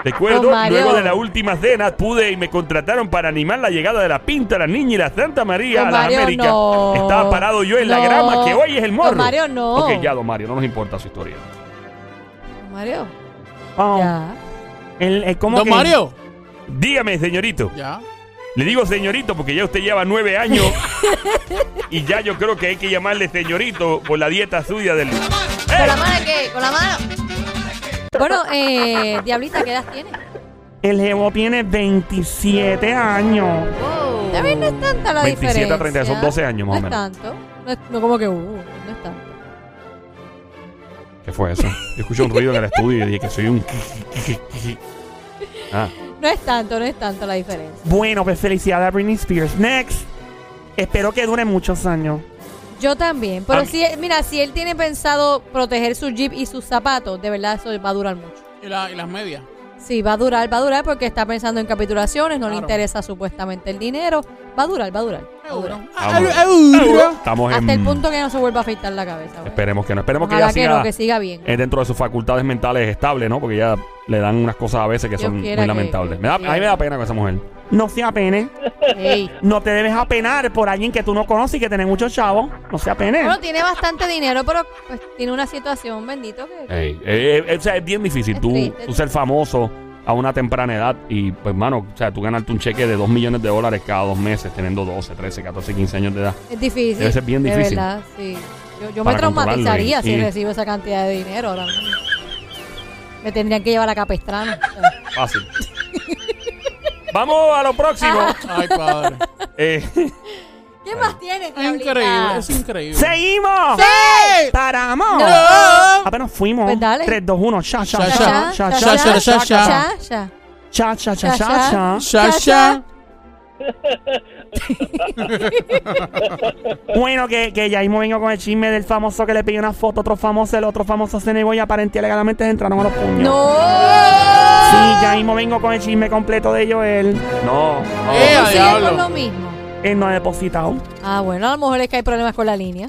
[SPEAKER 2] Recuerdo,
[SPEAKER 5] Don Oh, Mario.
[SPEAKER 2] luego de la última cena pude y me contrataron para animar la llegada de la Pinta, la Niña y la Santa María
[SPEAKER 5] Don
[SPEAKER 2] a
[SPEAKER 5] Oh,
[SPEAKER 2] las
[SPEAKER 5] Mario,
[SPEAKER 2] Américas.
[SPEAKER 5] no.
[SPEAKER 2] Estaba parado yo en la
[SPEAKER 5] No.
[SPEAKER 2] grama que hoy es el morro.
[SPEAKER 5] Don Mario, no.
[SPEAKER 2] Ok, ya, don Mario, no nos importa su historia.
[SPEAKER 5] Don Mario,
[SPEAKER 2] Ah,
[SPEAKER 3] Vamos.
[SPEAKER 5] ya.
[SPEAKER 3] Él-
[SPEAKER 2] eh,
[SPEAKER 3] él como
[SPEAKER 4] ¿Don
[SPEAKER 3] que-
[SPEAKER 4] Mario?
[SPEAKER 2] Dígame, señorito.
[SPEAKER 4] Ya.
[SPEAKER 2] Le digo señorito porque ya usted lleva nueve años y ya yo creo que hay que llamarle señorito por la dieta suya del... ¡Eh!
[SPEAKER 5] ¿Con la mano qué? ¿Con la mano? Bueno, eh, Diablita, ¿qué edad tiene?
[SPEAKER 3] El jevo tiene 27 años.
[SPEAKER 5] También no es tanta la
[SPEAKER 2] 27
[SPEAKER 5] diferencia.
[SPEAKER 2] a 30, son 12 años más o
[SPEAKER 5] No es
[SPEAKER 2] menos.
[SPEAKER 5] tanto. No, es- no como que, uh, no es tanto.
[SPEAKER 2] ¿Qué fue eso? Yo escuché un ruido en el estudio y dije que soy un... Ah,
[SPEAKER 5] No es tanto, no es tanto la diferencia.
[SPEAKER 3] Bueno, pues felicidades a Britney Spears. Next. Espero que dure muchos años.
[SPEAKER 5] Yo también.
[SPEAKER 2] A
[SPEAKER 5] Pero
[SPEAKER 2] mí-
[SPEAKER 5] si, él- mira, si él tiene pensado proteger su jeep y sus zapatos, de verdad eso va a durar mucho.
[SPEAKER 4] ¿Y, la- y las medias?
[SPEAKER 5] Sí, va a durar, va a durar porque está pensando en capitulaciones, no le
[SPEAKER 4] Claro.
[SPEAKER 5] interesa supuestamente el dinero. Va a durar, va a durar. va a durar.
[SPEAKER 4] Euro.
[SPEAKER 2] vamos. estamos en...
[SPEAKER 5] Hasta el punto que no se vuelva a afeitar la cabeza. güey.
[SPEAKER 2] Em, Esperemos que no. Esperemos que
[SPEAKER 5] Ojalá
[SPEAKER 2] ya
[SPEAKER 5] que
[SPEAKER 2] siga
[SPEAKER 5] no, que siga bien.
[SPEAKER 2] eh, dentro de sus facultades mentales estables, ¿no? Porque ya le dan unas cosas a veces que
[SPEAKER 5] Dios
[SPEAKER 2] son muy
[SPEAKER 5] quiera que-
[SPEAKER 2] lamentables. Me da- a mí me da pena con esa mujer.
[SPEAKER 3] No se apene.
[SPEAKER 2] Eh.
[SPEAKER 5] Ey.
[SPEAKER 3] No te debes apenar por alguien que tú no conoces y que tiene muchos chavos. No se apene.
[SPEAKER 5] Bueno, tiene bastante dinero, pero pues, tiene una situación, bendito, que
[SPEAKER 2] Ey, eh, eh, o sea, es bien difícil
[SPEAKER 5] Es
[SPEAKER 2] tú,
[SPEAKER 5] triste.
[SPEAKER 2] tú ser famoso a una temprana edad y, pues, mano, o sea, tú ganarte un cheque de 2 millones de dólares cada dos meses teniendo 12, 13, 14, 15 años de edad.
[SPEAKER 5] es difícil.
[SPEAKER 2] Debe ser bien
[SPEAKER 5] de
[SPEAKER 2] difícil.
[SPEAKER 5] verdad, sí. Yo, yo me
[SPEAKER 2] Para controlarlo
[SPEAKER 5] traumatizaría
[SPEAKER 2] y-
[SPEAKER 5] si
[SPEAKER 2] y-
[SPEAKER 5] recibo esa cantidad de dinero ahora mismo. Me tendrían que llevar a Capestrano. o sea.
[SPEAKER 2] Fácil. Vamos a lo próximo.
[SPEAKER 4] Ay, padre.
[SPEAKER 2] Eh,
[SPEAKER 5] ¿Qué ¿Qué más tienes,
[SPEAKER 4] Es
[SPEAKER 5] Diablita?
[SPEAKER 4] increíble, es increíble.
[SPEAKER 3] ¡Seguimos!
[SPEAKER 4] ¡Sí!
[SPEAKER 3] ¡Paramos!
[SPEAKER 4] No.
[SPEAKER 3] Apenas fuimos.
[SPEAKER 5] Pues dale.
[SPEAKER 3] 3, 2, 1. Cha, cha,
[SPEAKER 4] Cha,
[SPEAKER 3] cha, cha, cha, cha,
[SPEAKER 5] cha,
[SPEAKER 4] cha, cha, cha.
[SPEAKER 5] cha.
[SPEAKER 3] cha, cha, cha,
[SPEAKER 5] cha,
[SPEAKER 3] cha.
[SPEAKER 4] Shasha.
[SPEAKER 3] Bueno, que, que ya mismo vengo con el chisme del famoso que le pidió una foto a otro famoso, el otro famoso se negó y aparentemente legalmente se entraron a los puños.
[SPEAKER 5] ¡No!
[SPEAKER 3] Sí, ya mismo vengo con el chisme completo de Joel.
[SPEAKER 2] No, no.
[SPEAKER 4] Eh, a
[SPEAKER 5] Sigue con lo
[SPEAKER 4] diablo.
[SPEAKER 5] mismo.
[SPEAKER 3] Él no ha depositado.
[SPEAKER 5] Ah, bueno, a lo mejor es que hay problemas con la línea.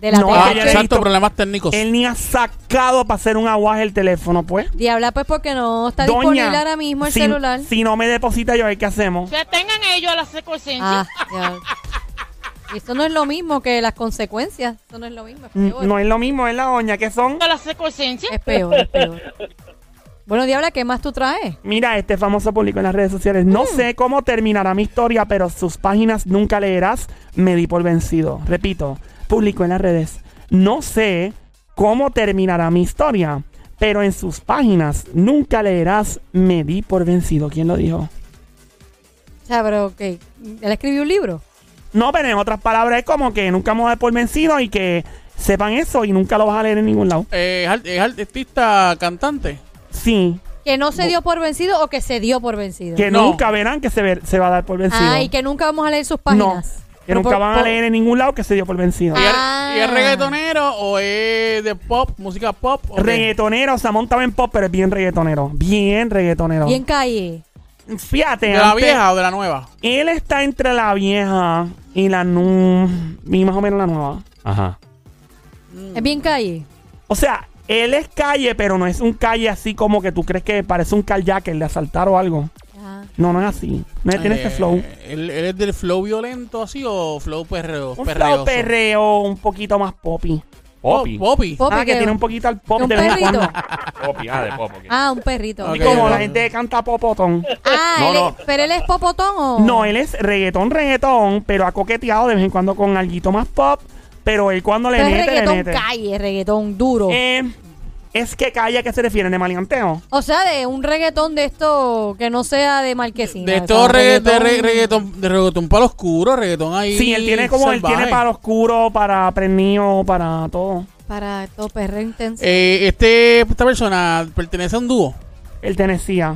[SPEAKER 5] De la
[SPEAKER 3] No,
[SPEAKER 5] tele.
[SPEAKER 4] Ah,
[SPEAKER 3] ya le he
[SPEAKER 4] exacto,
[SPEAKER 3] visto.
[SPEAKER 4] problemas técnicos.
[SPEAKER 3] Él ni ha sacado para hacer un aguaje el teléfono, pues.
[SPEAKER 5] Diabla, pues porque no está
[SPEAKER 3] Doña,
[SPEAKER 5] disponible ahora mismo el
[SPEAKER 3] si,
[SPEAKER 5] celular.
[SPEAKER 3] Si no me deposita Joel, ¿qué hacemos?
[SPEAKER 8] Que tengan ellos a la secuencia.
[SPEAKER 5] Ah, diablo. Y esto no es lo mismo que las consecuencias. Esto no es lo mismo. Es
[SPEAKER 3] Mm,
[SPEAKER 5] peor.
[SPEAKER 3] No es lo mismo, es la doña que son.
[SPEAKER 8] A la secuencia.
[SPEAKER 5] Es peor, es peor. Bueno, Diabla, ¿qué más tú traes?
[SPEAKER 3] Mira, este famoso público en las redes sociales. No sé cómo terminará mi historia, pero sus páginas nunca leerás. Me di por vencido. Repito, público en las redes. No sé cómo terminará mi historia, pero en sus páginas nunca leerás. Me di por vencido. ¿Quién lo dijo?
[SPEAKER 5] O sea, pero que él escribió un libro.
[SPEAKER 3] No, pero en otras palabras es como que nunca me voy a dar por vencido y que sepan eso y nunca lo vas a leer en ningún lado.
[SPEAKER 4] Eh, es art- es artista cantante.
[SPEAKER 3] Sí,
[SPEAKER 5] Que no se dio por vencido o que se dio por vencido.
[SPEAKER 3] que
[SPEAKER 4] No.
[SPEAKER 3] nunca verán que se, ve- se va a dar por vencido.
[SPEAKER 5] Ah, y que nunca vamos a leer sus
[SPEAKER 3] no,
[SPEAKER 5] páginas.
[SPEAKER 3] que
[SPEAKER 5] Pero
[SPEAKER 3] nunca
[SPEAKER 5] por-
[SPEAKER 3] van a
[SPEAKER 5] por-
[SPEAKER 3] leer en ningún lado que se dio por vencido.
[SPEAKER 4] ¿Y es-
[SPEAKER 5] Ah.
[SPEAKER 4] ¿Y es reggaetonero o es de pop, música pop? o qué?
[SPEAKER 3] Reggaetonero, o sea, montaba en pop, pero es bien reggaetonero. Bien reggaetonero.
[SPEAKER 5] Bien calle.
[SPEAKER 3] Fíjate,
[SPEAKER 4] ¿De la
[SPEAKER 3] antes,
[SPEAKER 4] vieja o de la nueva?
[SPEAKER 3] él está entre la vieja y la nu y más o menos la nueva.
[SPEAKER 2] Ajá.
[SPEAKER 5] Es bien calle.
[SPEAKER 3] O sea, él es calle, pero no es un calle así como que tú crees que parece un kayaker de asaltar o algo.
[SPEAKER 5] Ah.
[SPEAKER 3] No, no es así. No es- tiene
[SPEAKER 4] Eh,
[SPEAKER 3] ese flow.
[SPEAKER 4] ¿él, él es del flow violento así o flow perreo?
[SPEAKER 3] Un
[SPEAKER 4] perreoso?
[SPEAKER 3] flow perreo un poquito más poppy.
[SPEAKER 4] Oh,
[SPEAKER 2] Poppy.
[SPEAKER 4] Poppy.
[SPEAKER 5] Poppy,
[SPEAKER 3] Ah, que
[SPEAKER 5] ¿qué?
[SPEAKER 3] tiene un poquito al pop
[SPEAKER 5] ¿Un
[SPEAKER 3] de vez en
[SPEAKER 5] perrito?
[SPEAKER 3] cuando.
[SPEAKER 2] Poppy, ah, de pop. ok.
[SPEAKER 5] Ah, un perrito.
[SPEAKER 4] Ok.
[SPEAKER 3] Como la
[SPEAKER 4] ok.
[SPEAKER 3] gente que canta popotón.
[SPEAKER 5] Ah,
[SPEAKER 2] No,
[SPEAKER 5] él
[SPEAKER 2] no.
[SPEAKER 5] es- pero él es popotón o.
[SPEAKER 3] No, él es reggaetón, reggaetón, pero ha coqueteado de vez en cuando con alguito más pop, pero él cuando le
[SPEAKER 5] Pero es
[SPEAKER 3] mete, le
[SPEAKER 5] reggaetón
[SPEAKER 3] mete.
[SPEAKER 5] calle, reggaetón duro.
[SPEAKER 3] Eh, es que calle a qué se refieren de maleanteo.
[SPEAKER 5] o sea, de un reggaetón de esto que no sea de marquesina.
[SPEAKER 4] De
[SPEAKER 5] o sea,
[SPEAKER 4] todo
[SPEAKER 5] un
[SPEAKER 4] regga- de re- reggaetón, de reggaetón para oscuro, reggaetón ahí.
[SPEAKER 3] Sí, él tiene como, él
[SPEAKER 4] salvaje.
[SPEAKER 3] tiene para oscuro, para prendido, para todo.
[SPEAKER 5] Para todo perreo intenso.
[SPEAKER 4] Eh, este, esta persona pertenece a un dúo.
[SPEAKER 3] Él tenecía.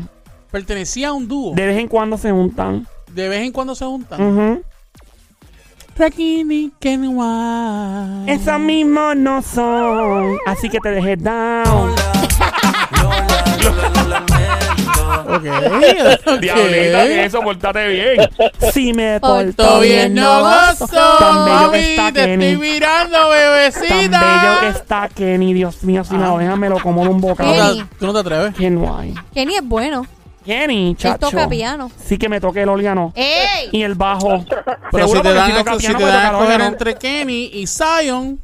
[SPEAKER 4] Pertenecía a un dúo.
[SPEAKER 3] De Mm. vez en cuando se juntan.
[SPEAKER 4] De vez en cuando se juntan.
[SPEAKER 3] Ujú.
[SPEAKER 4] Rakini Kenwa.
[SPEAKER 3] Esos mismos no son. Así que te dejé down.
[SPEAKER 4] Ok.
[SPEAKER 2] Diablita, que
[SPEAKER 4] ok.
[SPEAKER 2] eso, portate bien.
[SPEAKER 3] Si me
[SPEAKER 5] Por
[SPEAKER 3] porto
[SPEAKER 4] Todo bien, no gozo.
[SPEAKER 3] Tan bello que
[SPEAKER 4] mami,
[SPEAKER 3] está
[SPEAKER 4] te
[SPEAKER 3] Kenny.
[SPEAKER 4] estoy mirando,
[SPEAKER 3] Tan
[SPEAKER 4] bebecita.
[SPEAKER 3] bello que está Kenny, Dios mío, si me lo dejan me lo como de un
[SPEAKER 4] ¿Tú no te-
[SPEAKER 3] bocado.
[SPEAKER 5] Kenny.
[SPEAKER 4] ¿Tú no te atreves?
[SPEAKER 3] Qué guay.
[SPEAKER 5] Kenny es bueno.
[SPEAKER 3] Kenny,
[SPEAKER 5] Él
[SPEAKER 3] chacho.
[SPEAKER 5] toca piano.
[SPEAKER 3] Sí que me toque el órgano.
[SPEAKER 5] ¡Ey!
[SPEAKER 3] Y el bajo.
[SPEAKER 4] Pero si
[SPEAKER 3] Seguro porque
[SPEAKER 4] te dan,
[SPEAKER 3] si toca
[SPEAKER 4] si
[SPEAKER 3] piano,
[SPEAKER 4] te
[SPEAKER 3] me
[SPEAKER 4] dan
[SPEAKER 3] toca
[SPEAKER 4] a
[SPEAKER 3] el
[SPEAKER 4] escoger
[SPEAKER 3] órgano.
[SPEAKER 4] entre Kenny y Zion,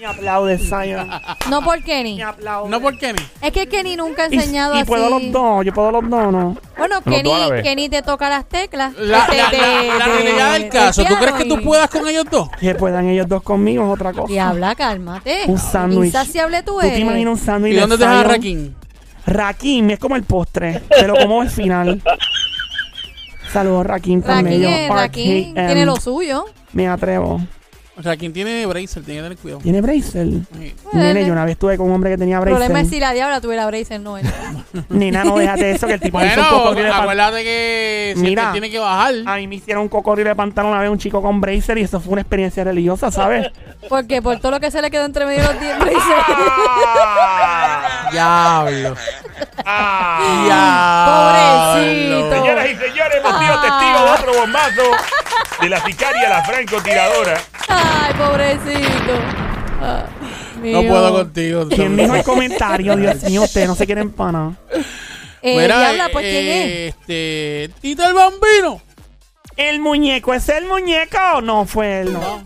[SPEAKER 3] Me aplaude, Zion.
[SPEAKER 5] No por Kenny.
[SPEAKER 3] Me aplaude.
[SPEAKER 4] no por Kenny.
[SPEAKER 5] Es que Kenny nunca ha
[SPEAKER 3] Y,
[SPEAKER 5] enseñado
[SPEAKER 3] y puedo
[SPEAKER 5] así.
[SPEAKER 3] los dos, yo puedo los dos, ¿no?
[SPEAKER 5] Bueno,
[SPEAKER 2] dos a la
[SPEAKER 5] Kenny,
[SPEAKER 2] vez.
[SPEAKER 5] Kenny te toca las teclas.
[SPEAKER 4] La,
[SPEAKER 5] Este,
[SPEAKER 4] la-
[SPEAKER 5] de-
[SPEAKER 4] la- la
[SPEAKER 5] de-
[SPEAKER 4] realidad del caso, ¿tú
[SPEAKER 5] piano
[SPEAKER 4] crees que tú
[SPEAKER 5] y-
[SPEAKER 4] puedas con ellos dos?
[SPEAKER 3] Que puedan ellos dos conmigo es otra cosa.
[SPEAKER 5] Diabla, cálmate.
[SPEAKER 3] Un sándwich.
[SPEAKER 5] Insaciable tú
[SPEAKER 3] ¿Tú
[SPEAKER 5] eres.
[SPEAKER 3] te imaginas un sándwich
[SPEAKER 4] ¿Y
[SPEAKER 3] de
[SPEAKER 4] dónde te dejas a
[SPEAKER 3] Zion?
[SPEAKER 4] Rakim?
[SPEAKER 3] Rakim es como el postre. Te lo como al final. Saludos, Rakim también.
[SPEAKER 5] Raquín,
[SPEAKER 3] yo,
[SPEAKER 5] es- Raquín
[SPEAKER 3] RKM.
[SPEAKER 5] eh, tiene lo suyo.
[SPEAKER 3] Me atrevo.
[SPEAKER 4] Rakim tiene bracer, tiene que tener cuidado.
[SPEAKER 3] ¿Tiene bracer?
[SPEAKER 4] Sí.
[SPEAKER 3] Nene, yo una vez estuve con un hombre que tenía
[SPEAKER 5] El problema es
[SPEAKER 3] bracer.
[SPEAKER 5] si la diabla tuviera bracer, no él.
[SPEAKER 3] Nena, no déjate eso, que el tipo hizo un
[SPEAKER 4] Bueno,
[SPEAKER 3] cocodrilo de pan-
[SPEAKER 4] acuérdate que siempre
[SPEAKER 3] Mira.
[SPEAKER 4] tiene que bajar.
[SPEAKER 3] A mí me hicieron un cocodrilo de pantalón una vez un chico con bracer y eso fue una experiencia religiosa, ¿sabes?
[SPEAKER 5] Porque por todo lo que se le quedó entre medio de los dientes.
[SPEAKER 3] Ah,
[SPEAKER 4] Diablo.
[SPEAKER 2] Ah.
[SPEAKER 5] Pobrecito.
[SPEAKER 2] Señoras y señores, hemos sido testigos de otro bombazo de la sicaria, la francotiradora.
[SPEAKER 5] Ay, pobrecito. Ah,
[SPEAKER 4] No
[SPEAKER 5] mío.
[SPEAKER 4] puedo contigo.
[SPEAKER 3] ¿Quién dijo el comentario? Dios mío, ustedes no se quieren pana.
[SPEAKER 5] Eh,
[SPEAKER 4] Mira,
[SPEAKER 5] diabla, pues quién es.
[SPEAKER 4] eh, Este, Tito el Bambino.
[SPEAKER 3] ¿El muñeco es el muñeco? No, fue él. No.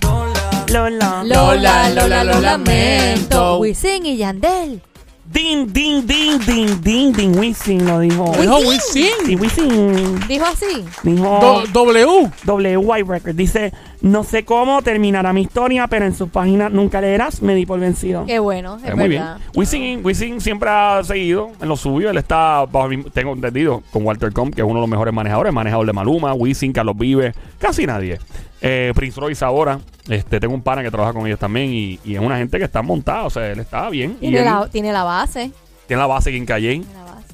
[SPEAKER 3] Lola.
[SPEAKER 4] Lola, Lola, lo lamento.
[SPEAKER 5] Wisin y Yandel.
[SPEAKER 3] Din, din, din, din, din, din. Wisin lo dijo.
[SPEAKER 5] Uy.
[SPEAKER 4] Dijo
[SPEAKER 5] Wisin.
[SPEAKER 3] Y
[SPEAKER 4] Wisin.
[SPEAKER 3] Wisin
[SPEAKER 5] Dijo así.
[SPEAKER 3] dijo.
[SPEAKER 4] Do- W.
[SPEAKER 3] WY Record dice, no sé cómo terminará mi historia, pero en sus páginas nunca leerás, me di por vencido.
[SPEAKER 5] Qué bueno, es
[SPEAKER 2] Eh,
[SPEAKER 5] verdad.
[SPEAKER 2] muy bien. Wisin, Wisin siempre ha seguido en lo suyo. Él está, bajo el mismo- tengo entendido, con Walter Comp, que es uno de los mejores manejadores. Manejador de Maluma, Wisin, Carlos Vives, casi nadie. Eh, Prince Royce ahora. Este, tengo un pana que trabaja con ellos también y, y es una gente que está montada. O sea, él está bien. Y
[SPEAKER 5] Tiene,
[SPEAKER 2] él
[SPEAKER 5] la, tiene la base.
[SPEAKER 2] tiene la base aquí en Calle.
[SPEAKER 5] tiene la base.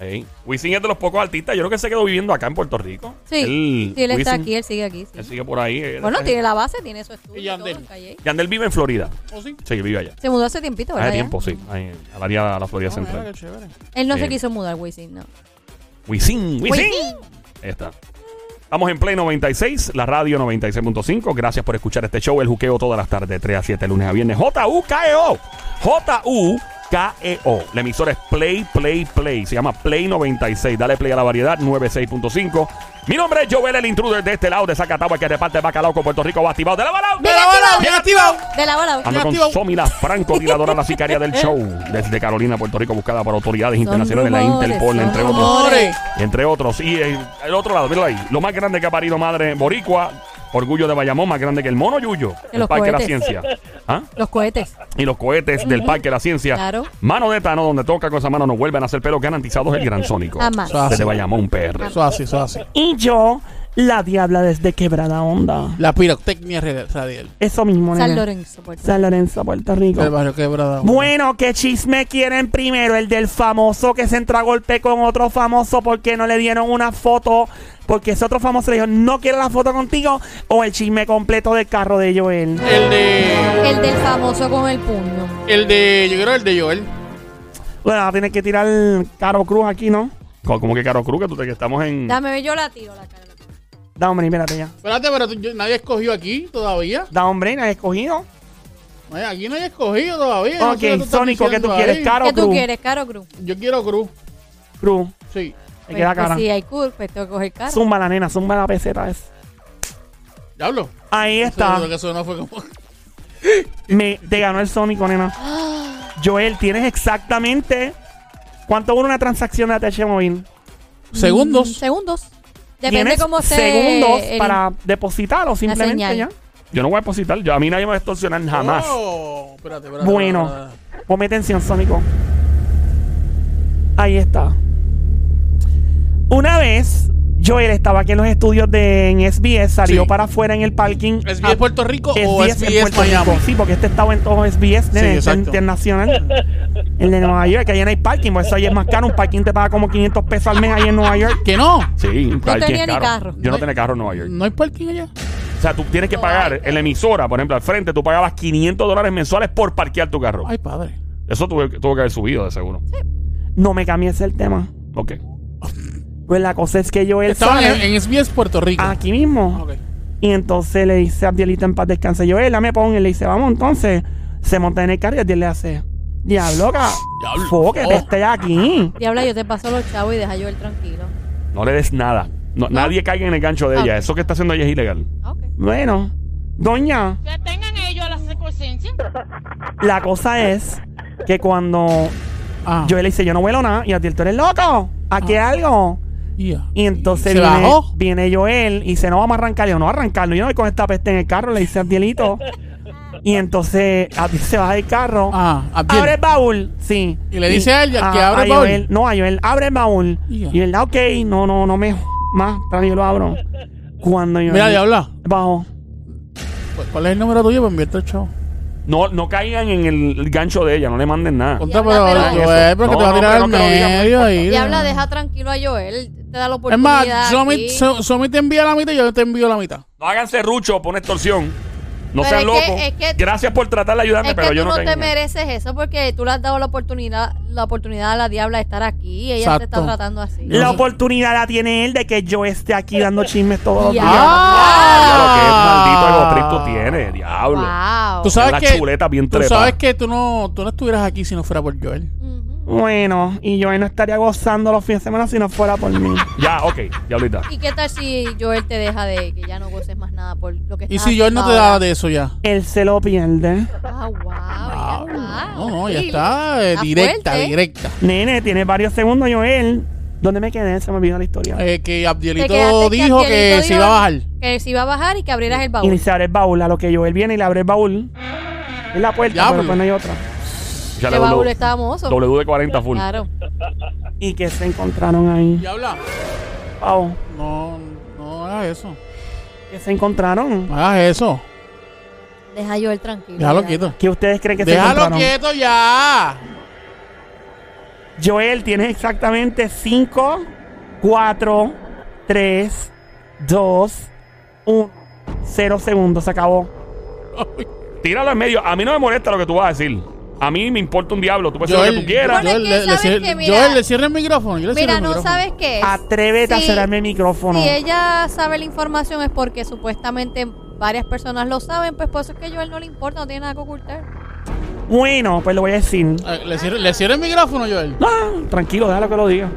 [SPEAKER 2] Ey. Wisin es de los pocos artistas. Yo creo que se quedó viviendo acá en Puerto Rico.
[SPEAKER 5] Sí,
[SPEAKER 2] Él,
[SPEAKER 5] sí, él está
[SPEAKER 2] Wisin,
[SPEAKER 5] aquí, él sigue aquí. sí.
[SPEAKER 2] Él sigue por ahí. eh,
[SPEAKER 5] Bueno,
[SPEAKER 2] esa
[SPEAKER 5] tiene
[SPEAKER 2] gente.
[SPEAKER 5] la base, tiene su estudio.
[SPEAKER 4] Y
[SPEAKER 5] Y todo
[SPEAKER 4] Yandel.
[SPEAKER 5] en Calle.
[SPEAKER 2] Yandel vive en Florida.
[SPEAKER 3] Oh,
[SPEAKER 4] ¿O sí?
[SPEAKER 2] Sí, vive allá.
[SPEAKER 5] Se mudó hace tiempito, ¿verdad?
[SPEAKER 2] Hace
[SPEAKER 5] ya?
[SPEAKER 2] tiempo, sí. Ahí, al área de la Florida
[SPEAKER 4] Ah, mira,
[SPEAKER 2] Central.
[SPEAKER 4] qué chévere.
[SPEAKER 5] Él no
[SPEAKER 2] Sí.
[SPEAKER 5] se quiso mudar, Wisin, no.
[SPEAKER 2] Wisin, Wisin.
[SPEAKER 5] Wisin.
[SPEAKER 2] Ahí está. Estamos en Play 96, la radio 96.5. Gracias por escuchar este show, El Juqueo, todas las tardes, de 3 a 7, lunes a viernes. J-U-K-E-O. J-U-K-E-O. E La emisora es Play, Play, Play. Se llama Play 96. Dale play a la variedad 96.5. Mi nombre es Joel, el intruder de este lado de Zacatagua, que reparte bacalao con Puerto Rico. Va activado de la balao.
[SPEAKER 4] ¡Bien activado! ¡Bien activado!
[SPEAKER 5] De la bola.
[SPEAKER 2] Ando con
[SPEAKER 4] activado.
[SPEAKER 2] Somi, la francotiradora, la sicaria del show. Desde Carolina, Puerto Rico, buscada por autoridades internacionales, la
[SPEAKER 5] rumores,
[SPEAKER 2] Interpol,
[SPEAKER 5] son
[SPEAKER 2] entre otros.
[SPEAKER 4] ¡More!
[SPEAKER 2] Entre otros. Y eh, el, otro lado, míralo ahí. Lo más grande que ha parido madre boricua. Orgullo de Bayamón, más grande que el mono Yuyo.
[SPEAKER 5] Que
[SPEAKER 2] El
[SPEAKER 5] los
[SPEAKER 2] Parque de la
[SPEAKER 5] cohetes.
[SPEAKER 2] Ciencia. ¿Ah?
[SPEAKER 5] Los cohetes.
[SPEAKER 2] Y los cohetes del Parque de la Ciencia.
[SPEAKER 5] Claro.
[SPEAKER 2] Mano de Tano, donde toca con esa mano, no vuelven a hacer pelo garantizados el gran sónico.
[SPEAKER 5] Jamás.
[SPEAKER 4] Eso así.
[SPEAKER 2] Desde Bayamón, PR.
[SPEAKER 4] Eso así, eso así.
[SPEAKER 3] Y yo, la diabla desde Quebrada Onda.
[SPEAKER 4] La pirotecnia re- radial.
[SPEAKER 3] Eso mismo,
[SPEAKER 5] San
[SPEAKER 3] nene.
[SPEAKER 5] Lorenzo, Puerto Rico.
[SPEAKER 3] San Lorenzo, Puerto Rico.
[SPEAKER 4] El barrio quebrado.
[SPEAKER 3] Bueno, ¿qué chisme quieren primero? El del famoso que se entró a golpe con otro famoso porque no le dieron una foto. Porque ese otro famoso le dijo, no quiero la foto contigo. O el chisme completo del carro de Joel.
[SPEAKER 4] El de.
[SPEAKER 5] El del famoso con el puño.
[SPEAKER 4] El de. Yo creo el de Joel.
[SPEAKER 3] Bueno, tienes que tirar el Caro Cruz aquí, ¿no?
[SPEAKER 2] Co- Como que Caro Cruz, que tú te que estamos en.
[SPEAKER 5] Dame ver, yo la tiro la cara.
[SPEAKER 3] Da hombre, espérate ya.
[SPEAKER 4] Espérate, pero tú- yo- nadie escogió aquí todavía.
[SPEAKER 3] Da hombre, nadie ha escogido.
[SPEAKER 4] No hay- Aquí nadie escogido todavía. Yo no sé
[SPEAKER 3] ok,
[SPEAKER 4] estás
[SPEAKER 3] Sónico, ¿qué tú
[SPEAKER 4] diciendo
[SPEAKER 3] quieres?
[SPEAKER 4] ahí.
[SPEAKER 3] Caro
[SPEAKER 5] ¿Qué tú
[SPEAKER 3] Cruz.
[SPEAKER 5] quieres, Caro Cruz?
[SPEAKER 4] Yo quiero Cruz.
[SPEAKER 3] Cruz.
[SPEAKER 4] Sí.
[SPEAKER 3] Te
[SPEAKER 5] Pues,
[SPEAKER 3] queda
[SPEAKER 5] pues,
[SPEAKER 3] cara.
[SPEAKER 5] Si hay Cruz, pues tengo que coger Caro.
[SPEAKER 3] Zumba la nena, zumba la peseta. Es.
[SPEAKER 4] Diablo.
[SPEAKER 3] Ahí está.
[SPEAKER 4] Eso, eso no fue como.
[SPEAKER 3] Me, te ganó el Sónico, nena. Joel, tienes exactamente. ¿Cuánto dura una transacción de ATH Móvil?
[SPEAKER 5] Mm,
[SPEAKER 4] Segundos.
[SPEAKER 5] Segundos. Depende
[SPEAKER 3] Tienes
[SPEAKER 5] cómo se.
[SPEAKER 3] segundos para depositar o simplemente
[SPEAKER 5] señal.
[SPEAKER 3] ya.
[SPEAKER 2] Yo no voy a depositar. Yo, a mí nadie me va a extorsionar jamás.
[SPEAKER 4] Oh, espérate, espérate,
[SPEAKER 3] Bueno,
[SPEAKER 4] espérate, espérate.
[SPEAKER 3] ponme atención, Sónico. Ahí está. Una vez, Joel estaba aquí en los estudios de en SBS, salió
[SPEAKER 4] Sí.
[SPEAKER 3] para afuera en el parking. Ah,
[SPEAKER 4] ¿Es bien Puerto Rico o
[SPEAKER 3] SBS
[SPEAKER 4] es
[SPEAKER 3] en
[SPEAKER 4] bien
[SPEAKER 3] Puerto
[SPEAKER 4] Miami?
[SPEAKER 3] Rico. Sí, porque este estaba en todos SBS
[SPEAKER 4] Sí,
[SPEAKER 3] nene, este
[SPEAKER 4] exacto.
[SPEAKER 3] internacional. El de Nueva York, que allá no hay parking, por eso ahí es más caro. Un parking te paga como 500 pesos al mes ahí en Nueva York.
[SPEAKER 4] Que no.
[SPEAKER 2] Sí, parking
[SPEAKER 5] tenía
[SPEAKER 2] es
[SPEAKER 5] ni
[SPEAKER 2] caro.
[SPEAKER 5] carro.
[SPEAKER 2] Yo no tenía carro en Nueva York.
[SPEAKER 4] No hay parking allá.
[SPEAKER 2] O sea, tú tienes que pagar en la emisora, por ejemplo, al frente, tú pagabas 500 dólares mensuales por parquear tu carro.
[SPEAKER 4] Ay, padre.
[SPEAKER 2] Eso tuvo, tuvo que haber subido, de seguro.
[SPEAKER 3] No me cambies el tema.
[SPEAKER 2] Ok.
[SPEAKER 3] Pues la cosa es que Joel
[SPEAKER 4] Estaban
[SPEAKER 3] sale
[SPEAKER 4] en, en SBS Puerto Rico.
[SPEAKER 3] aquí mismo.
[SPEAKER 4] Ok.
[SPEAKER 3] Y entonces le dice a Abdielita en paz descanse. Joel, dame pon. Y le dice, vamos entonces. Se monta en el carro y Abdiel le hace, diablo, ca.
[SPEAKER 4] Diablo.
[SPEAKER 3] Fo, que te esté aquí.
[SPEAKER 5] Diabla, yo te paso los chavos y deja yo el tranquilo.
[SPEAKER 2] No le des nada. No, Nadie caiga en el gancho de
[SPEAKER 5] Ah,
[SPEAKER 2] ella.
[SPEAKER 5] ok.
[SPEAKER 2] Eso que está haciendo ella es ilegal.
[SPEAKER 5] Ah, ok.
[SPEAKER 3] Bueno, doña,
[SPEAKER 8] Que tengan ellos la secuencia.
[SPEAKER 3] la cosa es que cuando
[SPEAKER 4] Ah.
[SPEAKER 3] Joel le dice, yo no vuelo nada, y Abdiel, tú eres loco, aquí hay algo.
[SPEAKER 4] Ya.
[SPEAKER 3] Y entonces
[SPEAKER 4] ¿Se
[SPEAKER 3] viene,
[SPEAKER 4] bajó?
[SPEAKER 3] viene Joel y dice, no vamos a arrancarle, yo no voy a arrancarlo, yo no voy con esta peste en el carro, le dice Abdielito. y entonces Abdiel se baja del carro.
[SPEAKER 4] Ah, Abdiel.
[SPEAKER 3] Abre el baúl, sí.
[SPEAKER 4] Y le dice a él que abra el
[SPEAKER 3] a
[SPEAKER 4] baúl.
[SPEAKER 3] Joel, no, a Joel, abre el baúl.
[SPEAKER 4] Ya.
[SPEAKER 3] Y él, ah, ok, no, no, no me más, para yo lo abro. Cuando Joel
[SPEAKER 4] Mira, diabla.
[SPEAKER 3] bajó,
[SPEAKER 4] ¿cu- Pues, ¿Cuál es el número tuyo este para enviarte el chavo?
[SPEAKER 2] No, no caigan en el gancho de ella. No le manden nada.
[SPEAKER 4] Contra,
[SPEAKER 5] Diabla,
[SPEAKER 4] pero
[SPEAKER 5] pero-
[SPEAKER 4] Joel, eh, pero que
[SPEAKER 2] No,
[SPEAKER 4] te va a
[SPEAKER 2] no,
[SPEAKER 4] tirar
[SPEAKER 2] pero
[SPEAKER 4] al
[SPEAKER 2] no te lo digan,
[SPEAKER 4] medio ahí.
[SPEAKER 5] Diabla, deja tranquilo a Joel. Te da la
[SPEAKER 4] Es
[SPEAKER 5] oportunidad.
[SPEAKER 4] más, Somi
[SPEAKER 5] aquí.
[SPEAKER 4] So- Somi te envía la mitad y yo te envío la mitad.
[SPEAKER 2] No hagan serrucho, pon extorsión. No
[SPEAKER 5] Pero
[SPEAKER 2] sean
[SPEAKER 5] es que-
[SPEAKER 2] locos.
[SPEAKER 5] es que-
[SPEAKER 2] Gracias por tratar de ayudarme,
[SPEAKER 5] Es que
[SPEAKER 2] pero yo
[SPEAKER 5] tú
[SPEAKER 2] no
[SPEAKER 5] no, te
[SPEAKER 2] caigo. en eso.
[SPEAKER 5] mereces eso porque tú le has dado la oportunidad, la oportunidad a la diabla de estar aquí. Y ella te
[SPEAKER 4] Exacto.
[SPEAKER 5] está tratando así.
[SPEAKER 3] la oportunidad la tiene él de que yo esté aquí dando chismes todos los
[SPEAKER 5] Ya.
[SPEAKER 3] días.
[SPEAKER 4] Ah.
[SPEAKER 2] Ah, diablo, qué maldito egotrip tú tienes, diablo.
[SPEAKER 5] Wow.
[SPEAKER 4] Tú sabes
[SPEAKER 2] La
[SPEAKER 4] que
[SPEAKER 2] chuleta bien
[SPEAKER 4] tú
[SPEAKER 2] trepa.
[SPEAKER 4] sabes que tú no, tú no estuvieras aquí si no fuera por Joel.
[SPEAKER 5] Ujú.
[SPEAKER 3] Bueno, y Joel no estaría gozando los fines de semana si no fuera por mí.
[SPEAKER 2] Ya, ok, ya ahorita.
[SPEAKER 5] ¿Y qué tal si Joel te deja de que ya no goces más nada por lo que
[SPEAKER 4] Y
[SPEAKER 5] estás
[SPEAKER 4] si Joel no te
[SPEAKER 5] haciendo
[SPEAKER 4] daba
[SPEAKER 5] ahora?
[SPEAKER 4] de eso ya.
[SPEAKER 3] Él se lo pierde.
[SPEAKER 5] Ah, wow. Ah,
[SPEAKER 4] No, no, ya
[SPEAKER 5] sí.
[SPEAKER 4] está eh,
[SPEAKER 5] Está
[SPEAKER 4] directa,
[SPEAKER 5] fuerte.
[SPEAKER 4] directa.
[SPEAKER 3] Nene, tiene varios segundos, Joel. ¿Dónde me quedé? Se me olvidó la historia.
[SPEAKER 5] Te
[SPEAKER 4] Eh, que
[SPEAKER 5] quedaste
[SPEAKER 4] Abdielito
[SPEAKER 5] que
[SPEAKER 4] dijo que,
[SPEAKER 5] Abdielito
[SPEAKER 4] se
[SPEAKER 5] dijo
[SPEAKER 4] iba a bajar.
[SPEAKER 5] Que se iba a bajar y que abrieras el
[SPEAKER 3] Y
[SPEAKER 5] baúl.
[SPEAKER 3] se abre el baúl. A lo que Joel viene y le abre el baúl. Es la puerta,
[SPEAKER 4] Diablo.
[SPEAKER 3] pero pues no hay otra.
[SPEAKER 2] Ya
[SPEAKER 5] Ese baúl estaba mozo.
[SPEAKER 2] W de 40 full.
[SPEAKER 5] Claro.
[SPEAKER 3] Y que se encontraron ahí.
[SPEAKER 4] ¿Y habla?
[SPEAKER 3] Pau,
[SPEAKER 4] No, no hagas eso.
[SPEAKER 3] que se encontraron.
[SPEAKER 4] No hagas eso.
[SPEAKER 5] Deja yo el tranquilo.
[SPEAKER 4] Déjalo
[SPEAKER 5] ya.
[SPEAKER 4] quieto.
[SPEAKER 3] ¿Qué ustedes creen que se
[SPEAKER 4] Déjalo
[SPEAKER 3] encontraron?
[SPEAKER 4] quieto ya.
[SPEAKER 3] Joel, tienes exactamente 5, 4, 3, 2, 1, 0 segundos. Se acabó.
[SPEAKER 2] Tíralo en medio. A mí no me molesta lo que tú vas a decir. A mí me importa un diablo. Tú puedes hacer Pues lo que
[SPEAKER 4] Joel,
[SPEAKER 2] tú quieras.
[SPEAKER 5] Bueno, es
[SPEAKER 4] Joel,
[SPEAKER 5] que
[SPEAKER 4] le, le
[SPEAKER 5] sabes
[SPEAKER 4] cier-
[SPEAKER 5] que, mira-
[SPEAKER 4] Joel, le cierra el micrófono. Yo le cierro
[SPEAKER 5] Mira,
[SPEAKER 4] el
[SPEAKER 5] no
[SPEAKER 4] micrófono.
[SPEAKER 5] sabes qué es.
[SPEAKER 3] Atrévete
[SPEAKER 5] Sí.
[SPEAKER 3] a cerrarme el micrófono.
[SPEAKER 5] Si ella sabe la información es porque supuestamente varias personas lo saben, pues por eso es que a Joel no le importa, no tiene nada que ocultar.
[SPEAKER 3] Bueno, pues lo voy a decir.
[SPEAKER 4] Eh, Le cierra, le cierra el micrófono, Joel.
[SPEAKER 3] No, no, no, tranquilo, déjalo que lo diga.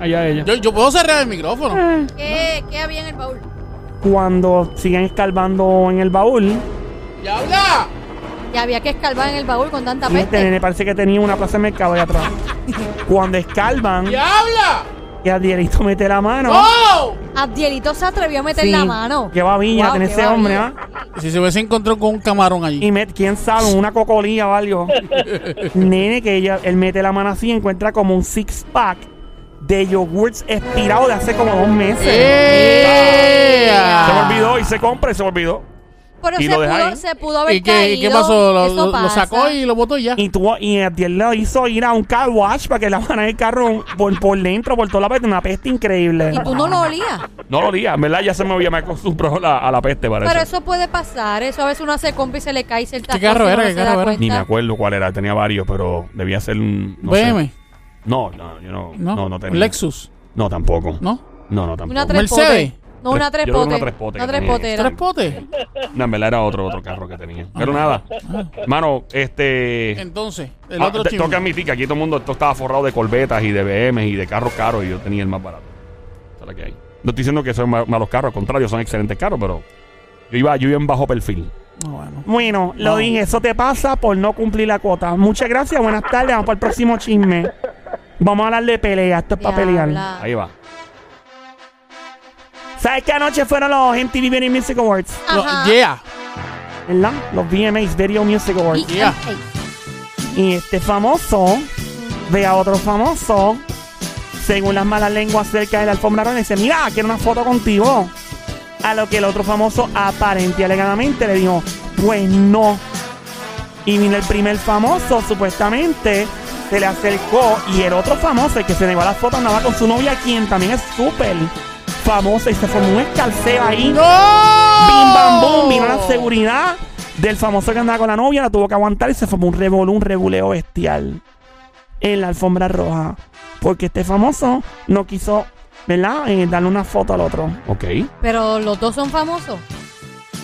[SPEAKER 3] Allá ella.
[SPEAKER 4] Yo, yo puedo cerrar el micrófono.
[SPEAKER 3] Eh.
[SPEAKER 5] ¿Qué, qué había en el baúl?
[SPEAKER 3] Cuando sigan escarbando en el baúl,
[SPEAKER 4] ¡Ya habla!
[SPEAKER 5] Ya había que escalvar en el baúl con tanta
[SPEAKER 3] y este
[SPEAKER 5] peste.
[SPEAKER 3] nene parece que tenía una plaza de mercado allá atrás. Cuando escalban,
[SPEAKER 4] ¡Ya habla!
[SPEAKER 3] y Adrielito mete la mano.
[SPEAKER 4] ¡Oh!
[SPEAKER 5] Abdielito se atrevió a meter
[SPEAKER 3] Sí.
[SPEAKER 5] la mano.
[SPEAKER 3] Qué babiña
[SPEAKER 5] Guau,
[SPEAKER 3] tiene
[SPEAKER 5] qué
[SPEAKER 3] ese
[SPEAKER 5] babiña.
[SPEAKER 3] hombre, ¿ah?
[SPEAKER 4] Si se hubiese encontrado con un camarón allí.
[SPEAKER 3] Y met, quién sabe, una cocolilla o algo. nene, que ella, él mete la mano así y encuentra como un six pack de yogurts expirado de hace como dos meses.
[SPEAKER 5] Eh.
[SPEAKER 4] ¡Ea!
[SPEAKER 2] Se me olvidó y se compra y se me olvidó.
[SPEAKER 5] Pero
[SPEAKER 2] Y
[SPEAKER 5] se
[SPEAKER 2] lo deja
[SPEAKER 5] pudo,
[SPEAKER 2] ahí.
[SPEAKER 5] se pudo haber
[SPEAKER 4] ¿Y qué,
[SPEAKER 5] caído.
[SPEAKER 4] y qué pasó? Lo,
[SPEAKER 5] Eso
[SPEAKER 4] lo- lo
[SPEAKER 5] pasa.
[SPEAKER 4] sacó y lo botó y ya.
[SPEAKER 3] Y tuvo, y Abdiel lo hizo ir a un car wash para que la van el carro por, por dentro, por toda la parte, una peste increíble.
[SPEAKER 5] Y tú no lo olías.
[SPEAKER 2] No lo olía. En verdad ya se me había me acostumbrado la- a la peste, parece.
[SPEAKER 5] Pero eso puede pasar. Eso a veces uno hace compa y se le cae cierta
[SPEAKER 4] ¿Qué carro
[SPEAKER 5] cosa y
[SPEAKER 4] era?
[SPEAKER 5] uno
[SPEAKER 4] ¿Qué
[SPEAKER 5] no se
[SPEAKER 4] carro
[SPEAKER 5] da
[SPEAKER 4] era?
[SPEAKER 2] Ni me
[SPEAKER 5] cuenta.
[SPEAKER 2] acuerdo cuál era. Tenía varios, pero debía ser un... No sé.
[SPEAKER 4] BM,
[SPEAKER 2] No, no, yo no,
[SPEAKER 4] ¿no?
[SPEAKER 2] no, no tenía.
[SPEAKER 4] Lexus,
[SPEAKER 2] No, tampoco. No,
[SPEAKER 4] ¿no?
[SPEAKER 2] no, tampoco.
[SPEAKER 5] Una
[SPEAKER 2] Una
[SPEAKER 5] tres
[SPEAKER 4] Mercedes.
[SPEAKER 5] potes. No, una
[SPEAKER 2] Tres-
[SPEAKER 5] tres
[SPEAKER 2] yo creo que una
[SPEAKER 5] potes.
[SPEAKER 2] tres potes
[SPEAKER 5] Una
[SPEAKER 2] que
[SPEAKER 5] tres
[SPEAKER 2] tenía.
[SPEAKER 5] potera.
[SPEAKER 4] ¿Tres potes?
[SPEAKER 2] no, en verdad era otro, otro carro que tenía.
[SPEAKER 4] Ah.
[SPEAKER 2] Pero nada. Mano, este...
[SPEAKER 4] Entonces, el
[SPEAKER 2] ah,
[SPEAKER 4] otro
[SPEAKER 2] te-
[SPEAKER 4] chisme.
[SPEAKER 2] tengo que admitir que aquí todo el mundo esto estaba forrado de corbetas y de BMs y de carros caros y yo tenía el más barato. Esa es la que hay. No estoy diciendo que son ma- malos carros, al contrario, son excelentes carros, pero yo iba, yo iba en bajo perfil.
[SPEAKER 4] No, Ah, bueno.
[SPEAKER 3] Bueno, lo
[SPEAKER 4] No.
[SPEAKER 3] dije, eso te pasa por no cumplir la cuota. Muchas gracias, buenas tardes, vamos para el próximo chisme. Vamos a hablar de pelea, esto es para pelear.
[SPEAKER 5] Diabla.
[SPEAKER 2] Ahí va.
[SPEAKER 3] ¿Sabes que anoche fueron los MTV Video Music Awards?
[SPEAKER 4] Lo-
[SPEAKER 5] Ajá.
[SPEAKER 4] yeah,
[SPEAKER 3] ¿Verdad? Los VMAs Video Music Awards.
[SPEAKER 5] Y-
[SPEAKER 4] Yeah.
[SPEAKER 5] ay,
[SPEAKER 3] Y este famoso ve a otro famoso, según las malas lenguas cerca de la alfombra roja, y dice, mira, quiero una foto contigo. A lo que el otro famoso, aparente y alegadamente, le dijo, pues no. Y vino el primer famoso, supuestamente, se le acercó y el otro famoso, el que se negó a la foto, andaba con su novia, quien también es súper famosa y se formó un escalceo ahí. Bim, bam, boom. Vino
[SPEAKER 4] ¡Oh!
[SPEAKER 3] la seguridad del famoso que andaba con la novia, la tuvo que aguantar y se formó un revolú, un reguleo bestial en la alfombra roja. Porque este famoso no quiso, ¿verdad?, Eh, darle una foto al otro.
[SPEAKER 2] Ok.
[SPEAKER 5] Pero los dos son famosos.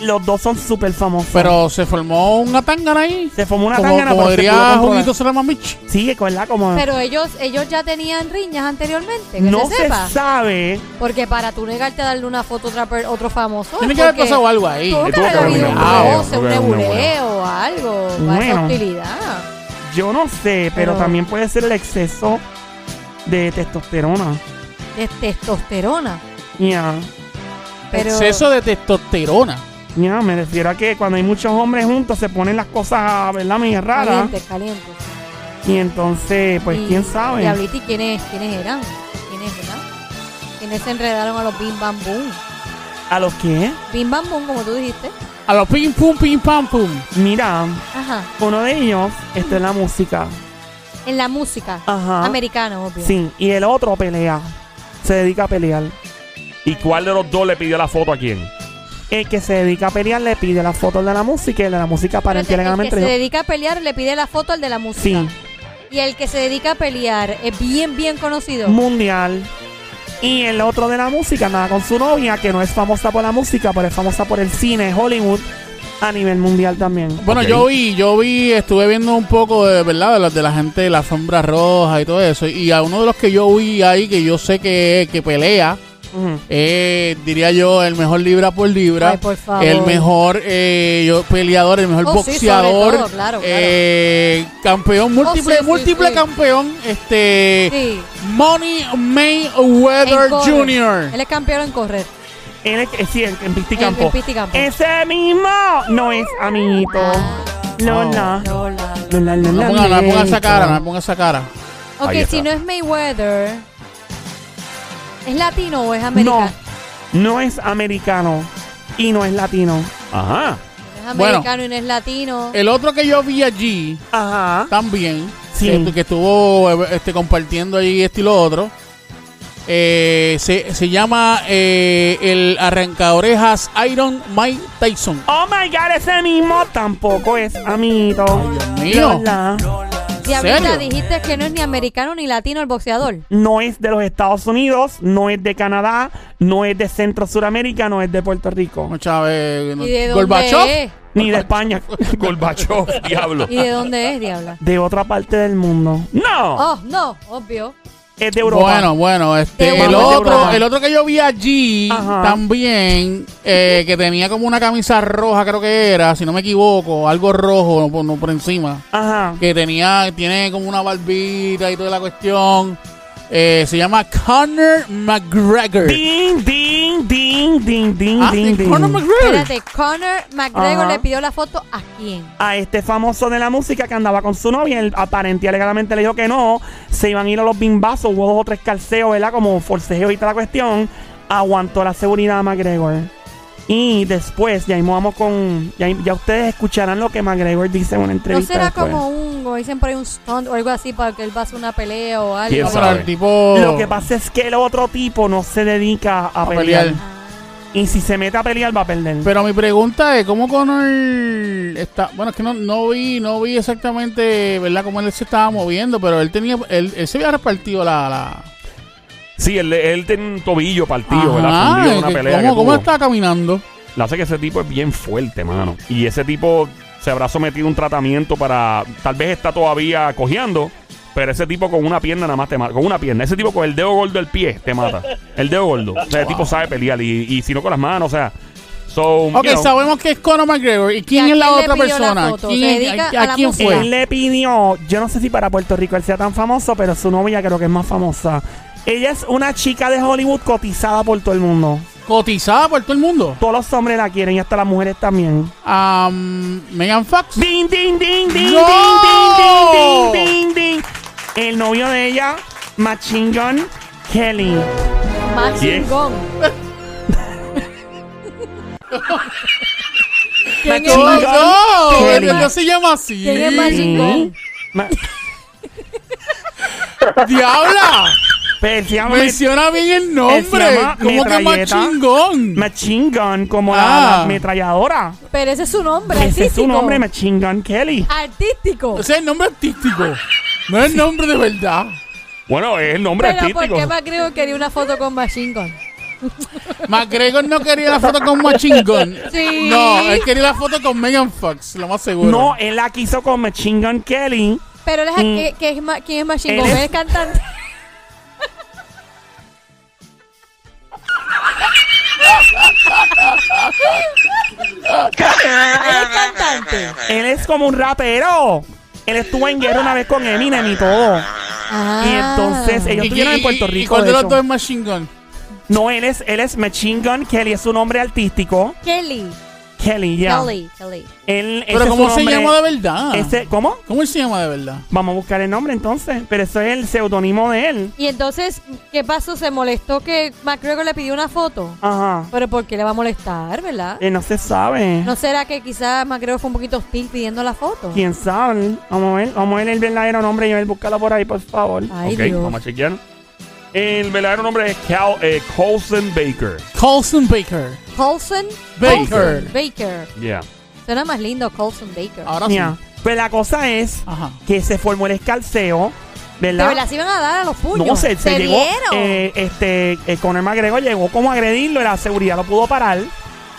[SPEAKER 3] Los dos son súper famosos.
[SPEAKER 4] Pero se formó una tangana ahí.
[SPEAKER 3] se formó una
[SPEAKER 4] como
[SPEAKER 3] tangana
[SPEAKER 4] como
[SPEAKER 3] pero se pudo
[SPEAKER 4] diría
[SPEAKER 3] controlar.
[SPEAKER 4] Juguito Salamamich.
[SPEAKER 3] Sí, ¿verdad? Como
[SPEAKER 5] Pero ellos ellos ya tenían riñas anteriormente. Que
[SPEAKER 3] Ah. no
[SPEAKER 5] se
[SPEAKER 3] se,
[SPEAKER 5] sepa.
[SPEAKER 3] sabe.
[SPEAKER 5] Porque para tú negarte a darle una foto a otra per- otro famoso. es
[SPEAKER 4] Tiene que haber
[SPEAKER 5] porque
[SPEAKER 4] pasado algo ahí.
[SPEAKER 5] Tuvo
[SPEAKER 2] Tuvo
[SPEAKER 5] que
[SPEAKER 2] que
[SPEAKER 5] haber
[SPEAKER 2] haber
[SPEAKER 5] habido un
[SPEAKER 4] un nebuleo,
[SPEAKER 5] roce, un
[SPEAKER 2] tuvo que haber un
[SPEAKER 5] nebuleo o algo. Para esa
[SPEAKER 3] Bueno.
[SPEAKER 5] hostilidad.
[SPEAKER 3] Yo no sé, pero
[SPEAKER 5] Pero-
[SPEAKER 3] también puede ser el exceso de testosterona.
[SPEAKER 5] De testosterona.
[SPEAKER 3] Ya.
[SPEAKER 5] Pero
[SPEAKER 4] Exceso de testosterona.
[SPEAKER 3] Ya, me refiero a que cuando hay muchos hombres juntos se ponen las cosas, ¿verdad? Medio raras.
[SPEAKER 5] caliente, caliente.
[SPEAKER 3] Y entonces, pues,
[SPEAKER 5] Y-
[SPEAKER 3] quién sabe.
[SPEAKER 5] Y ahorita, ¿y quiénes, quiénes eran? ¿Quiénes eran? ¿Quiénes se enredaron a los Bim Bam Boom?
[SPEAKER 3] ¿A los qué?
[SPEAKER 5] Bim Bam Boom, como tú dijiste.
[SPEAKER 4] A los pim pum pim pam pum.
[SPEAKER 3] Mira,
[SPEAKER 5] Ajá.
[SPEAKER 3] uno de ellos está en la música.
[SPEAKER 5] En la música.
[SPEAKER 3] Ajá.
[SPEAKER 5] Americana, obvio.
[SPEAKER 3] Sí, y el otro pelea. Se dedica a pelear.
[SPEAKER 2] ¿Y cuál de los dos le pidió la foto a quién?
[SPEAKER 3] El que se dedica a pelear le pide las fotos de la música y el de la música
[SPEAKER 5] Pero
[SPEAKER 3] para
[SPEAKER 5] el,
[SPEAKER 3] el
[SPEAKER 5] que-
[SPEAKER 3] que le
[SPEAKER 5] el
[SPEAKER 3] gana
[SPEAKER 5] que se
[SPEAKER 3] entre
[SPEAKER 5] dedica a pelear le pide la foto al de la música.
[SPEAKER 3] Sí,
[SPEAKER 5] Y el que se dedica a pelear es bien, bien conocido.
[SPEAKER 3] mundial. Y el otro de la música, nada con su novia, que no es famosa por la música, pero es famosa por el cine, Hollywood, a nivel mundial también.
[SPEAKER 4] Bueno,
[SPEAKER 2] Ok.
[SPEAKER 4] yo vi, yo vi, estuve viendo un poco de verdad de la, de la gente de la sombra roja y todo eso. Y a uno de los que yo vi ahí, que yo sé que, que pelea,
[SPEAKER 3] Ujú.
[SPEAKER 4] Eh, diría yo, el mejor libra por libra.
[SPEAKER 5] Ay, por favor.
[SPEAKER 4] El mejor eh, yo- peleador, el mejor
[SPEAKER 5] Oh, sí,
[SPEAKER 4] boxeador.
[SPEAKER 5] sobre todo, claro, claro.
[SPEAKER 4] eh, campeón, múltiple,
[SPEAKER 5] sí, sí,
[SPEAKER 4] múltiple
[SPEAKER 5] sí.
[SPEAKER 4] campeón. Este.
[SPEAKER 5] Sí.
[SPEAKER 4] Money Mayweather
[SPEAKER 5] En correr. Él
[SPEAKER 4] Jr.
[SPEAKER 5] es campeón en correr.
[SPEAKER 3] En el, eh, sí, en, en Pisticampo.
[SPEAKER 5] En- en Pisticampo.
[SPEAKER 3] Ese mismo no es amiguito. Lola.
[SPEAKER 5] Lola.
[SPEAKER 3] Lola, Lola.
[SPEAKER 4] No me ponga, no me ponga esa
[SPEAKER 3] Leito.
[SPEAKER 4] cara, no me ponga esa cara.
[SPEAKER 5] Ok,
[SPEAKER 2] Ahí está.
[SPEAKER 5] si no es Mayweather, ¿es latino o es americano?
[SPEAKER 3] No es americano y no es latino.
[SPEAKER 2] Ajá.
[SPEAKER 5] Es
[SPEAKER 4] Bueno.
[SPEAKER 5] americano y no es latino.
[SPEAKER 4] El otro que yo vi allí
[SPEAKER 3] Ajá.
[SPEAKER 4] también,
[SPEAKER 3] Sí.
[SPEAKER 4] que, que estuvo eh, este, compartiendo allí esto y lo otro, eh, se, se llama eh, el arrancaorejas Iron Mike Tyson.
[SPEAKER 3] Oh my god, ese mismo tampoco es amiguito.
[SPEAKER 4] Ay, Dios mío.
[SPEAKER 3] Lola.
[SPEAKER 5] Diablita,
[SPEAKER 4] serio?
[SPEAKER 5] dijiste que no es ni americano ni latino el boxeador.
[SPEAKER 3] No es de los Estados Unidos, no es de Canadá, no es de Centro Suramérica, no es de Puerto Rico,
[SPEAKER 4] No, Chávez, no.
[SPEAKER 5] ¿Y de dónde
[SPEAKER 4] Gorbachev.
[SPEAKER 5] es?
[SPEAKER 3] ni de España,
[SPEAKER 2] Gorbachev, diablo.
[SPEAKER 5] ¿Y de dónde es, diabla?
[SPEAKER 3] de otra parte del mundo. No,
[SPEAKER 5] Oh, no, obvio.
[SPEAKER 3] es de Europa.
[SPEAKER 4] Bueno, bueno,
[SPEAKER 5] De
[SPEAKER 4] este,
[SPEAKER 5] Europa.
[SPEAKER 4] el
[SPEAKER 3] Vamos de
[SPEAKER 4] otro,
[SPEAKER 3] Europa.
[SPEAKER 4] el otro que yo vi allí
[SPEAKER 3] Ajá.
[SPEAKER 4] también, eh, que tenía como una camisa roja, creo que era, si no me equivoco, algo rojo no, no por encima.
[SPEAKER 3] Ajá.
[SPEAKER 4] que tenía, tiene como una barbita y toda la cuestión. Eh, se llama Conor McGregor.
[SPEAKER 3] Ding, ding, ding, ding, ding,
[SPEAKER 4] Ah,
[SPEAKER 3] ding, ding.
[SPEAKER 4] Conor McGregor.
[SPEAKER 5] Espérate, Conor McGregor
[SPEAKER 3] Ajá.
[SPEAKER 5] le pidió la foto a quién?
[SPEAKER 3] a este famoso de la música que andaba con su novia. Él aparente y alegadamente le dijo que no. Se iban a ir a los bimbazos. Hubo dos o tres calceos, ¿verdad? Como forcejeo y toda la cuestión. Aguantó la seguridad McGregor. Y después, ya mismo vamos con. Ya, ya ustedes escucharán lo que McGregor dice en
[SPEAKER 5] ¿No
[SPEAKER 3] una entrevista.
[SPEAKER 5] será
[SPEAKER 3] después.
[SPEAKER 5] como un, como dicen por ahí, un stunt o algo así para que él va a hacer una pelea o algo?
[SPEAKER 2] ¿Quién
[SPEAKER 4] Vamos a
[SPEAKER 2] sabe?
[SPEAKER 4] hablar, tipo.
[SPEAKER 3] Lo que pasa es que el otro tipo no se dedica a,
[SPEAKER 4] a
[SPEAKER 3] pelear.
[SPEAKER 4] pelear.
[SPEAKER 3] Y si se mete a pelear, va a perder.
[SPEAKER 4] Pero mi pregunta es, ¿cómo Conor está? Bueno, es que no, no vi, no vi exactamente, ¿verdad? Cómo él se estaba moviendo, pero él tenía, él, él se había repartido la, la
[SPEAKER 2] Sí, él, él tiene un tobillo partido, ¿verdad?
[SPEAKER 4] Ajá,
[SPEAKER 2] Fundido en una
[SPEAKER 4] que-
[SPEAKER 2] pelea.
[SPEAKER 4] ¿Cómo,
[SPEAKER 2] que
[SPEAKER 4] cómo
[SPEAKER 2] tuvo.
[SPEAKER 4] está caminando?
[SPEAKER 2] La hace que ese tipo es bien fuerte, mano. Y ese tipo se habrá sometido a un tratamiento para. Tal vez está todavía cojeando, pero ese tipo con una pierna nada más te mata. Con una pierna. Ese tipo con el dedo gordo del pie te mata. El dedo gordo. O sea, el tipo sabe pelear y, y si no con las manos, o sea. So,
[SPEAKER 4] Ok,
[SPEAKER 2] you know,
[SPEAKER 4] sabemos que es Conor McGregor. ¿Y quién
[SPEAKER 5] ¿Y a
[SPEAKER 4] es la
[SPEAKER 5] quién le
[SPEAKER 4] otra
[SPEAKER 5] pidió la
[SPEAKER 4] persona?
[SPEAKER 5] foto?
[SPEAKER 4] ¿Quién
[SPEAKER 5] ¿Se
[SPEAKER 4] es-
[SPEAKER 5] dedica
[SPEAKER 4] a,
[SPEAKER 5] a la
[SPEAKER 4] quién
[SPEAKER 5] música?
[SPEAKER 4] fue?
[SPEAKER 3] Él le pidió, yo no sé si para Puerto Rico él sea tan famoso, pero su novia creo que es más famosa. Ella es una chica de Hollywood cotizada por todo el mundo.
[SPEAKER 4] Cotizada por todo el mundo.
[SPEAKER 3] Todos los hombres la quieren y hasta las mujeres también.
[SPEAKER 4] Um, Megan Fox.
[SPEAKER 3] Ding, ding, ding, ding, ding, ding,
[SPEAKER 4] ¡No!
[SPEAKER 3] ding, ding, ding. El novio de ella, Machine Gun Kelly.
[SPEAKER 5] Más
[SPEAKER 2] ¿Quién?
[SPEAKER 5] chingón. ¿Quién
[SPEAKER 4] ¡No!
[SPEAKER 5] es más-
[SPEAKER 4] no,
[SPEAKER 3] Kelly.
[SPEAKER 4] ¿Por qué se llama así?
[SPEAKER 5] ¿Quién es más chingón?
[SPEAKER 3] Ma-
[SPEAKER 4] ¡Diabla!
[SPEAKER 3] pero se llama
[SPEAKER 4] Menciona bien el
[SPEAKER 3] Él se
[SPEAKER 4] nombre.
[SPEAKER 3] llama
[SPEAKER 4] ¿Cómo que más
[SPEAKER 3] Metralleta.
[SPEAKER 4] chingón?
[SPEAKER 3] Machine Gun como
[SPEAKER 4] Ah.
[SPEAKER 3] la, la ametralladora.
[SPEAKER 5] Pero ese es su nombre
[SPEAKER 3] Ese es
[SPEAKER 5] artístico.
[SPEAKER 3] su nombre, Machine Gun Kelly.
[SPEAKER 5] artístico.
[SPEAKER 4] O sea, el nombre artístico. No es el nombre de verdad.
[SPEAKER 2] Bueno, es el nombre
[SPEAKER 5] Pero ¿por
[SPEAKER 2] artístico.
[SPEAKER 5] qué McGregor quería una foto con Machine Gun?
[SPEAKER 4] McGregor no quería la foto con Machine Gun.
[SPEAKER 5] Sí.
[SPEAKER 4] No, él quería la foto con Megan Fox, lo más seguro.
[SPEAKER 3] No, él la quiso con Machine Gun Kelly.
[SPEAKER 5] Pero él es,
[SPEAKER 3] Mm.
[SPEAKER 5] ¿qué- qué es ma- ¿quién es Machine
[SPEAKER 3] Él
[SPEAKER 5] Gun?
[SPEAKER 3] es-
[SPEAKER 5] Él es cantante. Él es cantante.
[SPEAKER 3] Él es como un rapero. Él estuvo en guerra una vez con Eminem y todo. Y
[SPEAKER 5] Ah.
[SPEAKER 3] entonces ellos
[SPEAKER 4] ¿Y,
[SPEAKER 3] estuvieron
[SPEAKER 4] y-
[SPEAKER 3] en Puerto
[SPEAKER 4] y- y
[SPEAKER 3] Rico.
[SPEAKER 4] cuál
[SPEAKER 3] de
[SPEAKER 4] de los
[SPEAKER 3] hecho.
[SPEAKER 4] dos es Machine Gun?
[SPEAKER 3] No, él es, él es Machine Gun Kelly, es su nombre artístico.
[SPEAKER 5] Kelly.
[SPEAKER 3] Kelly, ya.
[SPEAKER 5] Kelly. Kelly.
[SPEAKER 3] Él, ese
[SPEAKER 4] Pero
[SPEAKER 3] es
[SPEAKER 4] ¿cómo
[SPEAKER 3] su
[SPEAKER 4] se
[SPEAKER 3] nombre.
[SPEAKER 4] llama de verdad?
[SPEAKER 3] Ese- ¿Cómo?
[SPEAKER 4] ¿Cómo él se llama de verdad?
[SPEAKER 3] Vamos a buscar el nombre entonces. Pero eso es el seudónimo de él.
[SPEAKER 5] Y entonces, ¿qué pasó? ¿Se molestó que McGregor le pidió una foto?
[SPEAKER 3] Ajá.
[SPEAKER 5] Pero ¿por qué le va a molestar, verdad?
[SPEAKER 3] Eh, no se sabe.
[SPEAKER 5] ¿No será que quizás McGregor fue un poquito hostil pidiendo la foto?
[SPEAKER 3] ¿Quién sabe? Vamos a ver. Vamos a ver el verdadero nombre y a ver, búscalo por ahí, por favor.
[SPEAKER 5] Ay,
[SPEAKER 2] ok,
[SPEAKER 5] Dios.
[SPEAKER 2] vamos a chequear. El verdadero nombre es Cal, eh, Colson Baker.
[SPEAKER 4] Colson Baker.
[SPEAKER 5] Colson
[SPEAKER 4] Baker.
[SPEAKER 5] Colson Baker.
[SPEAKER 2] Yeah.
[SPEAKER 5] Suena más lindo Colson Baker.
[SPEAKER 4] Ahora sí.
[SPEAKER 3] Ya. Pues la cosa es
[SPEAKER 4] Ajá.
[SPEAKER 3] que se formó el escalceo,
[SPEAKER 5] De
[SPEAKER 3] ¿verdad?
[SPEAKER 5] verdad, se iban a dar a los puños.
[SPEAKER 3] No, se, se llegó.
[SPEAKER 5] dieron.
[SPEAKER 3] eh, este, eh, Conor McGregor llegó como a agredirlo, la seguridad lo pudo parar.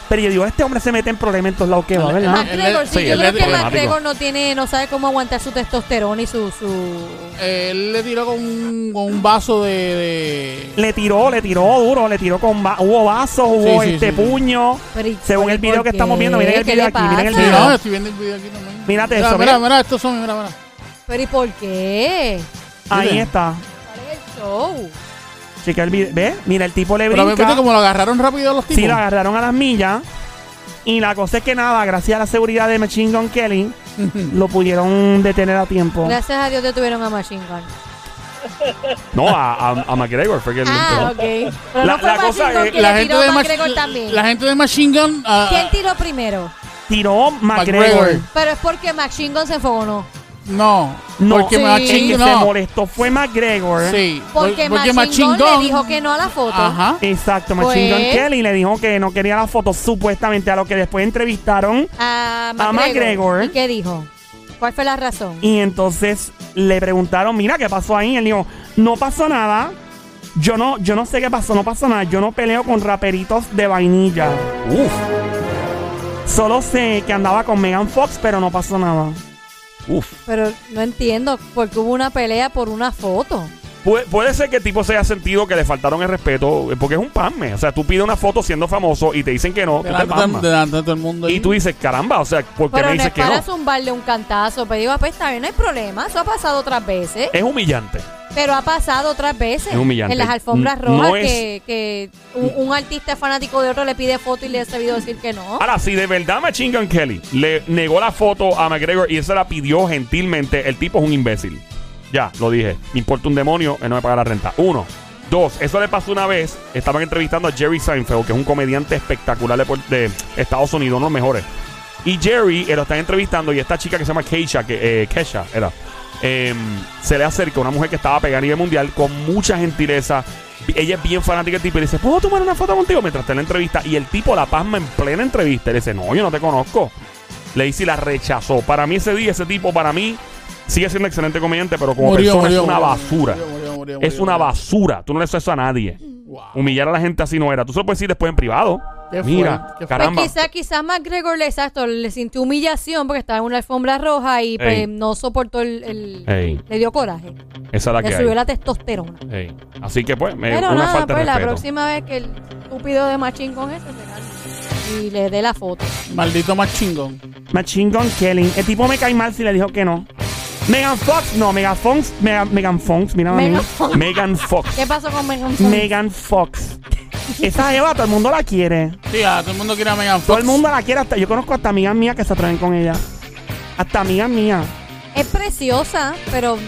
[SPEAKER 3] Pero yo digo, este hombre se mete en problemas en todos lados que va, ¿verdad?
[SPEAKER 4] Él-
[SPEAKER 5] McGregor, sí,
[SPEAKER 4] sí,
[SPEAKER 5] yo
[SPEAKER 4] él
[SPEAKER 5] creo
[SPEAKER 4] es
[SPEAKER 5] que
[SPEAKER 2] problemático.
[SPEAKER 5] McGregor no tiene, no sabe cómo aguantar su testosterona y su, su
[SPEAKER 4] Él le tiró con un, con un vaso de, de-
[SPEAKER 3] Le tiró, le tiró duro, le tiró con... va- hubo vasos, hubo
[SPEAKER 4] Sí, sí,
[SPEAKER 3] este
[SPEAKER 4] sí.
[SPEAKER 3] puño.
[SPEAKER 5] Pero, ¿y
[SPEAKER 3] Según
[SPEAKER 5] por-
[SPEAKER 3] el video
[SPEAKER 5] por
[SPEAKER 3] que estamos
[SPEAKER 5] qué?
[SPEAKER 3] viendo, miren el
[SPEAKER 5] ¿Qué
[SPEAKER 3] video
[SPEAKER 5] le
[SPEAKER 3] aquí, miren el
[SPEAKER 5] pasa?
[SPEAKER 4] Sí,
[SPEAKER 3] video.
[SPEAKER 4] no, estoy viendo el video aquí también.
[SPEAKER 3] Mírate
[SPEAKER 4] mira,
[SPEAKER 3] eso,
[SPEAKER 4] Mira,
[SPEAKER 3] mira.
[SPEAKER 4] mira, estos son, mira, mira.
[SPEAKER 5] Pero ¿y por qué?
[SPEAKER 3] Ahí
[SPEAKER 4] Miren.
[SPEAKER 3] está.
[SPEAKER 5] ¿Cuál es el show?
[SPEAKER 3] Checa el video. ¿Ve? Mira, el tipo le
[SPEAKER 4] Pero
[SPEAKER 3] brinca.
[SPEAKER 4] me viste como lo agarraron rápido los tipos.
[SPEAKER 3] Sí, la agarraron a las millas. Y la cosa es que nada, gracias a la seguridad de Machine Gun Kelly, lo pudieron detener a tiempo.
[SPEAKER 5] Gracias a Dios detuvieron a Machine Gun.
[SPEAKER 2] No, a, a, a McGregor fue que lo
[SPEAKER 5] Ah,
[SPEAKER 2] empezó.
[SPEAKER 5] ok. Pero
[SPEAKER 2] La-
[SPEAKER 5] no fue
[SPEAKER 2] la
[SPEAKER 5] Machine
[SPEAKER 2] cosa
[SPEAKER 5] Gun
[SPEAKER 2] es-
[SPEAKER 5] que
[SPEAKER 4] la
[SPEAKER 5] le
[SPEAKER 4] gente
[SPEAKER 5] tiró
[SPEAKER 4] de
[SPEAKER 5] a
[SPEAKER 4] Machine
[SPEAKER 5] McGregor también.
[SPEAKER 4] la gente de Machine Gun ah,
[SPEAKER 5] ¿Quién tiró primero?
[SPEAKER 3] Tiró McGregor.
[SPEAKER 4] McGregor.
[SPEAKER 5] Pero es porque Machine Gun se enfogó, ¿no?
[SPEAKER 4] no,
[SPEAKER 3] No,
[SPEAKER 4] porque
[SPEAKER 5] Sí.
[SPEAKER 3] El
[SPEAKER 4] Machine
[SPEAKER 3] que ¿eh?
[SPEAKER 4] Gun
[SPEAKER 3] se
[SPEAKER 4] no.
[SPEAKER 3] molestó fue McGregor.
[SPEAKER 4] Sí,
[SPEAKER 5] Porque, Machine, Gun, le dijo que no a la foto.
[SPEAKER 4] Ajá.
[SPEAKER 3] Exacto,
[SPEAKER 5] Pues-
[SPEAKER 3] Machine Gun Kelly le dijo que no quería la foto, supuestamente, a lo que después entrevistaron.
[SPEAKER 5] A
[SPEAKER 3] A
[SPEAKER 5] McGregor.
[SPEAKER 3] McGregor.
[SPEAKER 5] ¿Y qué dijo? ¿Cuál fue la razón?
[SPEAKER 3] Y entonces le preguntaron, mira, ¿qué pasó ahí? Él dijo, no pasó nada. Yo no, yo no sé qué pasó, no pasó nada. Yo no peleo con raperitos de vainilla.
[SPEAKER 2] Uf,
[SPEAKER 3] Solo sé que andaba con Megan Fox, pero no pasó nada.
[SPEAKER 2] uf.
[SPEAKER 5] Pero no entiendo porque hubo una pelea por una foto.
[SPEAKER 2] Pu- puede ser que el tipo se haya sentido que le faltaron el respeto, eh, porque es un pasme. O sea, tú pides una foto siendo famoso y te dicen que no, tú te
[SPEAKER 4] Delante, de-
[SPEAKER 2] pasmas.
[SPEAKER 4] delante de todo el mundo.
[SPEAKER 2] Y
[SPEAKER 4] ahí.
[SPEAKER 2] tú dices, caramba, o sea, ¿por qué
[SPEAKER 5] Pero
[SPEAKER 2] me
[SPEAKER 5] no
[SPEAKER 2] dices
[SPEAKER 5] es
[SPEAKER 2] que
[SPEAKER 5] para
[SPEAKER 2] no?
[SPEAKER 5] zumbarle un cantazo. Pero digo, pues está bien, no hay problema. Eso ha pasado otras veces.
[SPEAKER 2] Es humillante.
[SPEAKER 5] Pero ha pasado otras veces.
[SPEAKER 2] Eh. Es humillante.
[SPEAKER 5] En las alfombras
[SPEAKER 2] N-
[SPEAKER 5] rojas
[SPEAKER 2] no es-
[SPEAKER 5] que, que un, un artista fanático de otro le pide foto y le ha sabido decir que no.
[SPEAKER 2] Ahora, si de verdad Machine Gun Kelly le negó la foto a McGregor y él se la pidió gentilmente, el tipo es un imbécil. Ya, lo dije. Me importa un demonio, él no me paga la renta. Uno. Dos, eso le pasó una vez. Estaban entrevistando a Jerry Seinfeld, que es un comediante espectacular de, Puer- de Estados Unidos, uno de los mejores. Y Jerry eh, lo están entrevistando y esta chica que se llama Keisha, que, eh, Kesha era, em, se le acerca una mujer que estaba pegada a nivel mundial con mucha gentileza. Ella es bien fanática del tipo y le dice, ¿puedo tomar una foto contigo? Mientras está en la entrevista. Y el tipo la pasma en plena entrevista. Y Le dice, no, yo no te conozco. Le dice y la rechazó. Para mí ese día, ese tipo, para mí, sigue siendo excelente comediante, pero como
[SPEAKER 4] Murió,
[SPEAKER 2] persona
[SPEAKER 4] murió,
[SPEAKER 2] es una
[SPEAKER 4] murió,
[SPEAKER 2] basura.
[SPEAKER 4] murió, murió, murió,
[SPEAKER 2] es
[SPEAKER 4] murió,
[SPEAKER 2] una
[SPEAKER 4] murió.
[SPEAKER 2] basura. Tú no le haces eso a nadie.
[SPEAKER 4] Wow.
[SPEAKER 2] Humillar a la gente así no era. Tú se lo puedes decir después en privado.
[SPEAKER 4] Qué
[SPEAKER 2] Mira,
[SPEAKER 4] fuerte, qué fuerte.
[SPEAKER 2] caramba.
[SPEAKER 5] Pues quizás quizá McGregor le, exacto, le sintió humillación porque estaba en una alfombra roja y pues,
[SPEAKER 2] Ey.
[SPEAKER 5] no soportó el... el-
[SPEAKER 2] Ey,
[SPEAKER 5] le dio coraje.
[SPEAKER 2] esa es la
[SPEAKER 5] Le
[SPEAKER 2] que
[SPEAKER 5] subió
[SPEAKER 2] hay.
[SPEAKER 5] la testosterona.
[SPEAKER 2] Ey. Así que pues, me,
[SPEAKER 5] Pero
[SPEAKER 2] una
[SPEAKER 5] nada,
[SPEAKER 2] falta de
[SPEAKER 5] pues la
[SPEAKER 2] respeto.
[SPEAKER 5] próxima vez que el estúpido de Machín con ese se gane y le dé la foto.
[SPEAKER 4] Maldito Machine Gun.
[SPEAKER 3] Machine Gun Kelly. El tipo me cae mal si le dijo que no. Megan Fox, no, Megan Fox, Mega- Megan Fox, mira a mí.
[SPEAKER 5] Megan Fox.
[SPEAKER 2] Megan Fox.
[SPEAKER 5] ¿Qué pasó con Megan Fox?
[SPEAKER 3] Megan Fox. Esa jeva, todo el mundo la quiere.
[SPEAKER 4] Sí, ah, todo el mundo quiere a Megan Fox.
[SPEAKER 3] Todo el mundo la quiere. Hasta, yo conozco hasta amigas mías que se atreven con ella. Hasta amigas mías.
[SPEAKER 5] Es preciosa, pero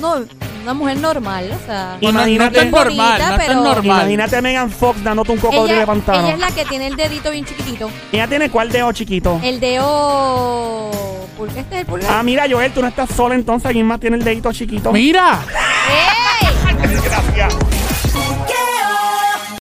[SPEAKER 5] no una mujer normal, o sea.
[SPEAKER 4] No, no, no es
[SPEAKER 3] Imagínate-
[SPEAKER 4] tan normal, no es
[SPEAKER 5] Pero-
[SPEAKER 4] tan normal.
[SPEAKER 3] Imagínate a Megan Fox dándote un cocodrilo
[SPEAKER 5] Ella,
[SPEAKER 3] de pantano.
[SPEAKER 5] ella
[SPEAKER 3] Ella,
[SPEAKER 5] es la que tiene el dedito bien chiquitito.
[SPEAKER 3] tiene cuál dedo chiquito.
[SPEAKER 5] El dedo. ¿Por qué este es el pulgar?
[SPEAKER 3] Ah, mira, Ah.
[SPEAKER 5] ¡Eh!
[SPEAKER 3] Joel, tú no estás sola entonces. ¿Quién más tiene el dedito chiquito?
[SPEAKER 4] Mira,
[SPEAKER 5] ¡Ey!
[SPEAKER 2] Gracias.